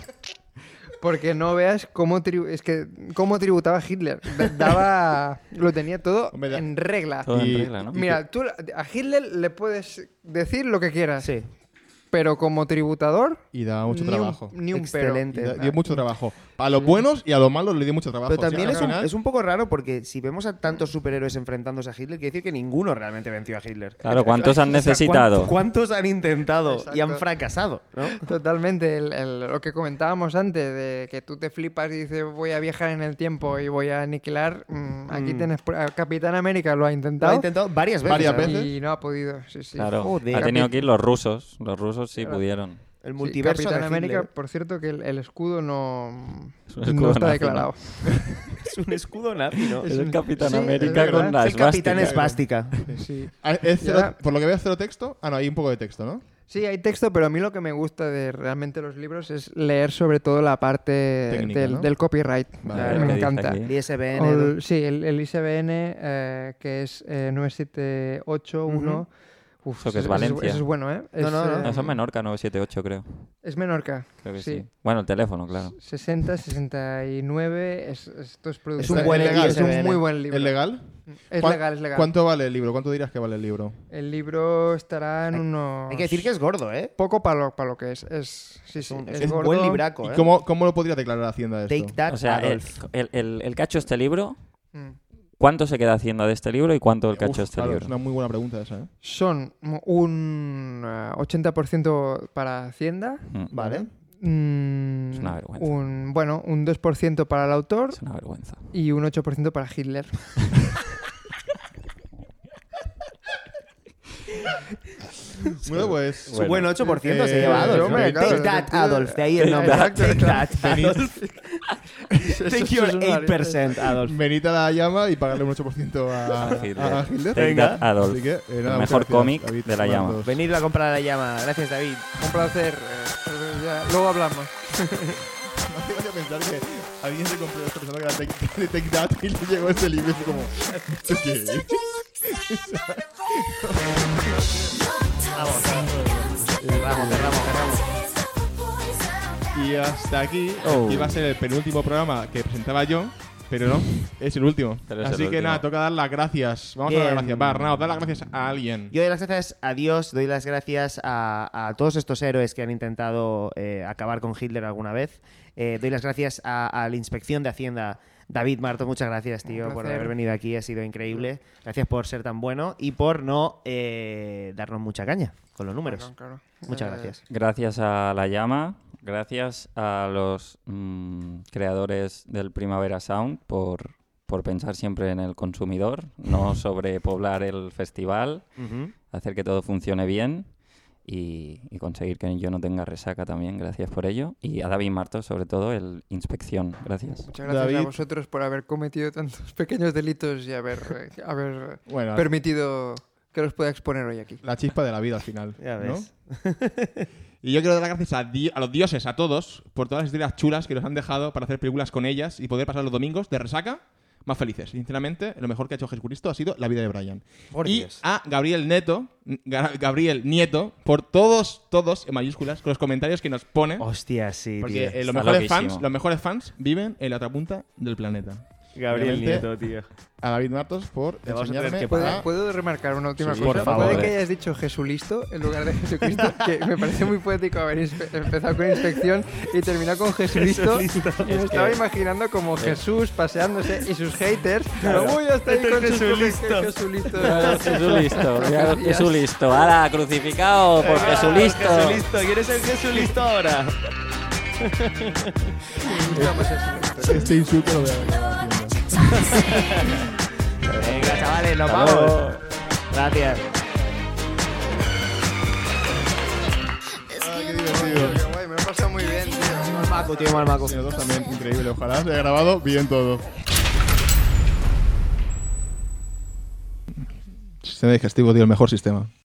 porque no veas cómo, tribu- es que, cómo tributaba Hitler. Da- Daba, lo tenía todo Hombre, da- en regla. Todo Y- en regla, ¿no? Mira, tú a Hitler le puedes decir lo que temazo. quieras, Sí. pero como tributador, Y daba mucho ni trabajo. un, ni un pero. Excelente. Y da- dio mucho trabajo. A los buenos y a los malos le dio mucho trabajo. Pero O sea, también al es, un, final- es un poco raro porque si vemos a tantos superhéroes enfrentándose a Hitler, quiere decir que ninguno realmente venció a Hitler. Claro, ¿cuántos han O sea, ¿cuán- necesitado? ¿Cuántos han intentado y han Exacto. fracasado? ¿no? Totalmente, el- el- lo que comentábamos antes, de que tú te flipas y dices voy a viajar en el tiempo y voy a aniquilar, mm, aquí tienes... pr- a Capitán América lo ha Lo ha intentado ¿eh? intentado varias veces. Varias además. veces. y no ha podido. Sí, sí. Claro, Joder. ha tenido que ir los rusos. Los rusos sí Claro. pudieron. El Sí, multiverso Capitán de América, Hitler. por cierto, que el, el escudo no, Es un no escudo está nazi, declarado. Es un escudo nazi, ¿no? Es el Capitán sí, es América verdad. con la el capitán esvástica. esvástica. Sí. Ah, es Ya. cero- por lo que veo, cero texto. Ah, no, hay un poco de texto, ¿no? Sí, hay texto, pero a mí lo que me gusta de realmente los libros es leer sobre todo la parte Técnica, del, ¿no? del copyright. Vale. Claro, me que dice encanta. aquí. El ISBN. O ¿no? el- sí, el, el ISBN, eh, que es eh, 9781. Uf, Eso que es ese- Valencia. ese es bueno, ¿eh? Es, no, no. eh, No, son Menorca 978, creo. es Menorca. Creo que sí. sí. Bueno, el teléfono, claro. 60, 69. Es, esto es Es producción. un buen Es legal. es un ISBN. muy buen libro. ¿Es legal? Es ¿Cuán- legal, es legal. ¿Cuánto vale el libro? ¿Cuánto dirías que vale el libro? El libro estará en Hay- unos. Hay que decir que es gordo, ¿eh? Poco para lo, para lo que es. Es, sí, Es sí, un, es es un gordo. buen libraco, ¿Y ¿eh? cómo, cómo lo podría declarar Hacienda esto? Take that, O sea, el, Adolf. el, el- el cacho este libro, Mm. ¿cuánto se queda haciendo de este libro y cuánto el cacho Uf, este claro, libro? Es una muy buena pregunta esa, ¿eh? Son un eh, 80% para Hacienda. Mm, Vale. mm, Es una vergüenza. Un, bueno, un 2% para el autor Es una vergüenza. y un 8% para Hitler. Bueno, pues... Bueno. Bueno, 8% se Eh, lleva Adolf. yo, hombre, claro, Take that, efectivamente. Adolf. De ahí el nombre. Exacto. Take that, Adolf. Eso es [laughs] Take your un narices. 8%, Adolf. Venid a la llama y pagarle un 8% a, A Hitler. a Hitler. Take that, Adolf. Así que, eh, nada, El muchas mejor gracias, cómic David de La [laughs] Llama. Santos. Venid a comprar la llama. Gracias, David. Un placer. eh, ya- luego hablamos. Me hace gracia pensar que alguien se compró esta persona que era Take, [laughs] de Take That y le llegó este libro y fue como... ¿Esto qué es? Vamos, cerramos, cerramos. Y Y hasta aquí Oh. iba a ser el penúltimo programa que presentaba yo, pero no, es el último. Pero es el Así que último. nada, toca dar las gracias. Vamos a dar las Bien. gracias. Va, Arnau, dar las gracias a alguien. Yo doy las gracias a Dios, doy las gracias a, a todos estos héroes que han intentado eh, acabar con Hitler alguna vez. Eh, doy las gracias a, a la Inspección de Hacienda. David Marto, muchas gracias, tío, Un por placer. haber venido aquí. Ha sido increíble. Gracias por ser tan bueno y por no eh, darnos mucha caña con los números. Claro, claro. Muchas Eh, gracias. Gracias a La Llama, gracias a los mm, creadores del Primavera Sound por, por pensar siempre en el consumidor, no sobrepoblar el festival, Ujú. hacer que todo funcione bien y, y conseguir que yo no tenga resaca también, gracias por ello. Y a David Marto, sobre todo, el Inspección, gracias. Muchas gracias a David. vosotros por haber cometido tantos [laughs] pequeños delitos y haber, eh, haber Bueno, permitido que los pueda exponer hoy aquí. la chispa de la vida al final. Ya ¿no? ves. Y yo quiero dar las gracias a, di- a los dioses, a todos, por todas las historias chulas que nos han dejado para hacer películas con ellas y poder pasar los domingos de resaca más felices. Sinceramente, lo mejor que ha hecho Jesucristo ha sido la vida de Brian. Por y Dios. a Gabriel Neto, Ga- Gabriel Nieto, por todos, todos, en mayúsculas, con los comentarios que nos ponen. Hostia, sí, Porque tío. eh, los, Está mejores loquísimo. fans, los mejores fans viven en la otra punta del planeta. Gabriel Obviamente, Nieto, tío. A David Martos por Te vamos a tener enseñarme que ¿Puedo, a- puedo remarcar una última Sí, cosa? por favor. eh. Puede que hayas dicho Jesulisto en lugar de Jesucristo, [laughs] que me parece muy poético haber inspe- empezado con inspección y terminado con Jesulisto. [laughs] Me lo estaba imaginando como Jesús paseándose y sus haters. Pero uy, hasta ahí Este con es sus comen- Jesulisto. Jesulisto. Jesulisto, [laughs] Profecías. Jesulisto, ala, crucificado por Jesulisto. Jesulisto, ¿quieres ser Jesulisto ahora? Este insulto lo voy a acabar haciendo. [laughs] Venga, chavales, nos Hasta vamos. luego. Gracias. Ah, qué divertido. Qué guay, Me lo he pasado muy bien, tío. Malmaco, tío, Malmaco. Nosotros también, increíble. Ojalá se haya grabado bien todo. Sistema digestivo, tío, el mejor sistema.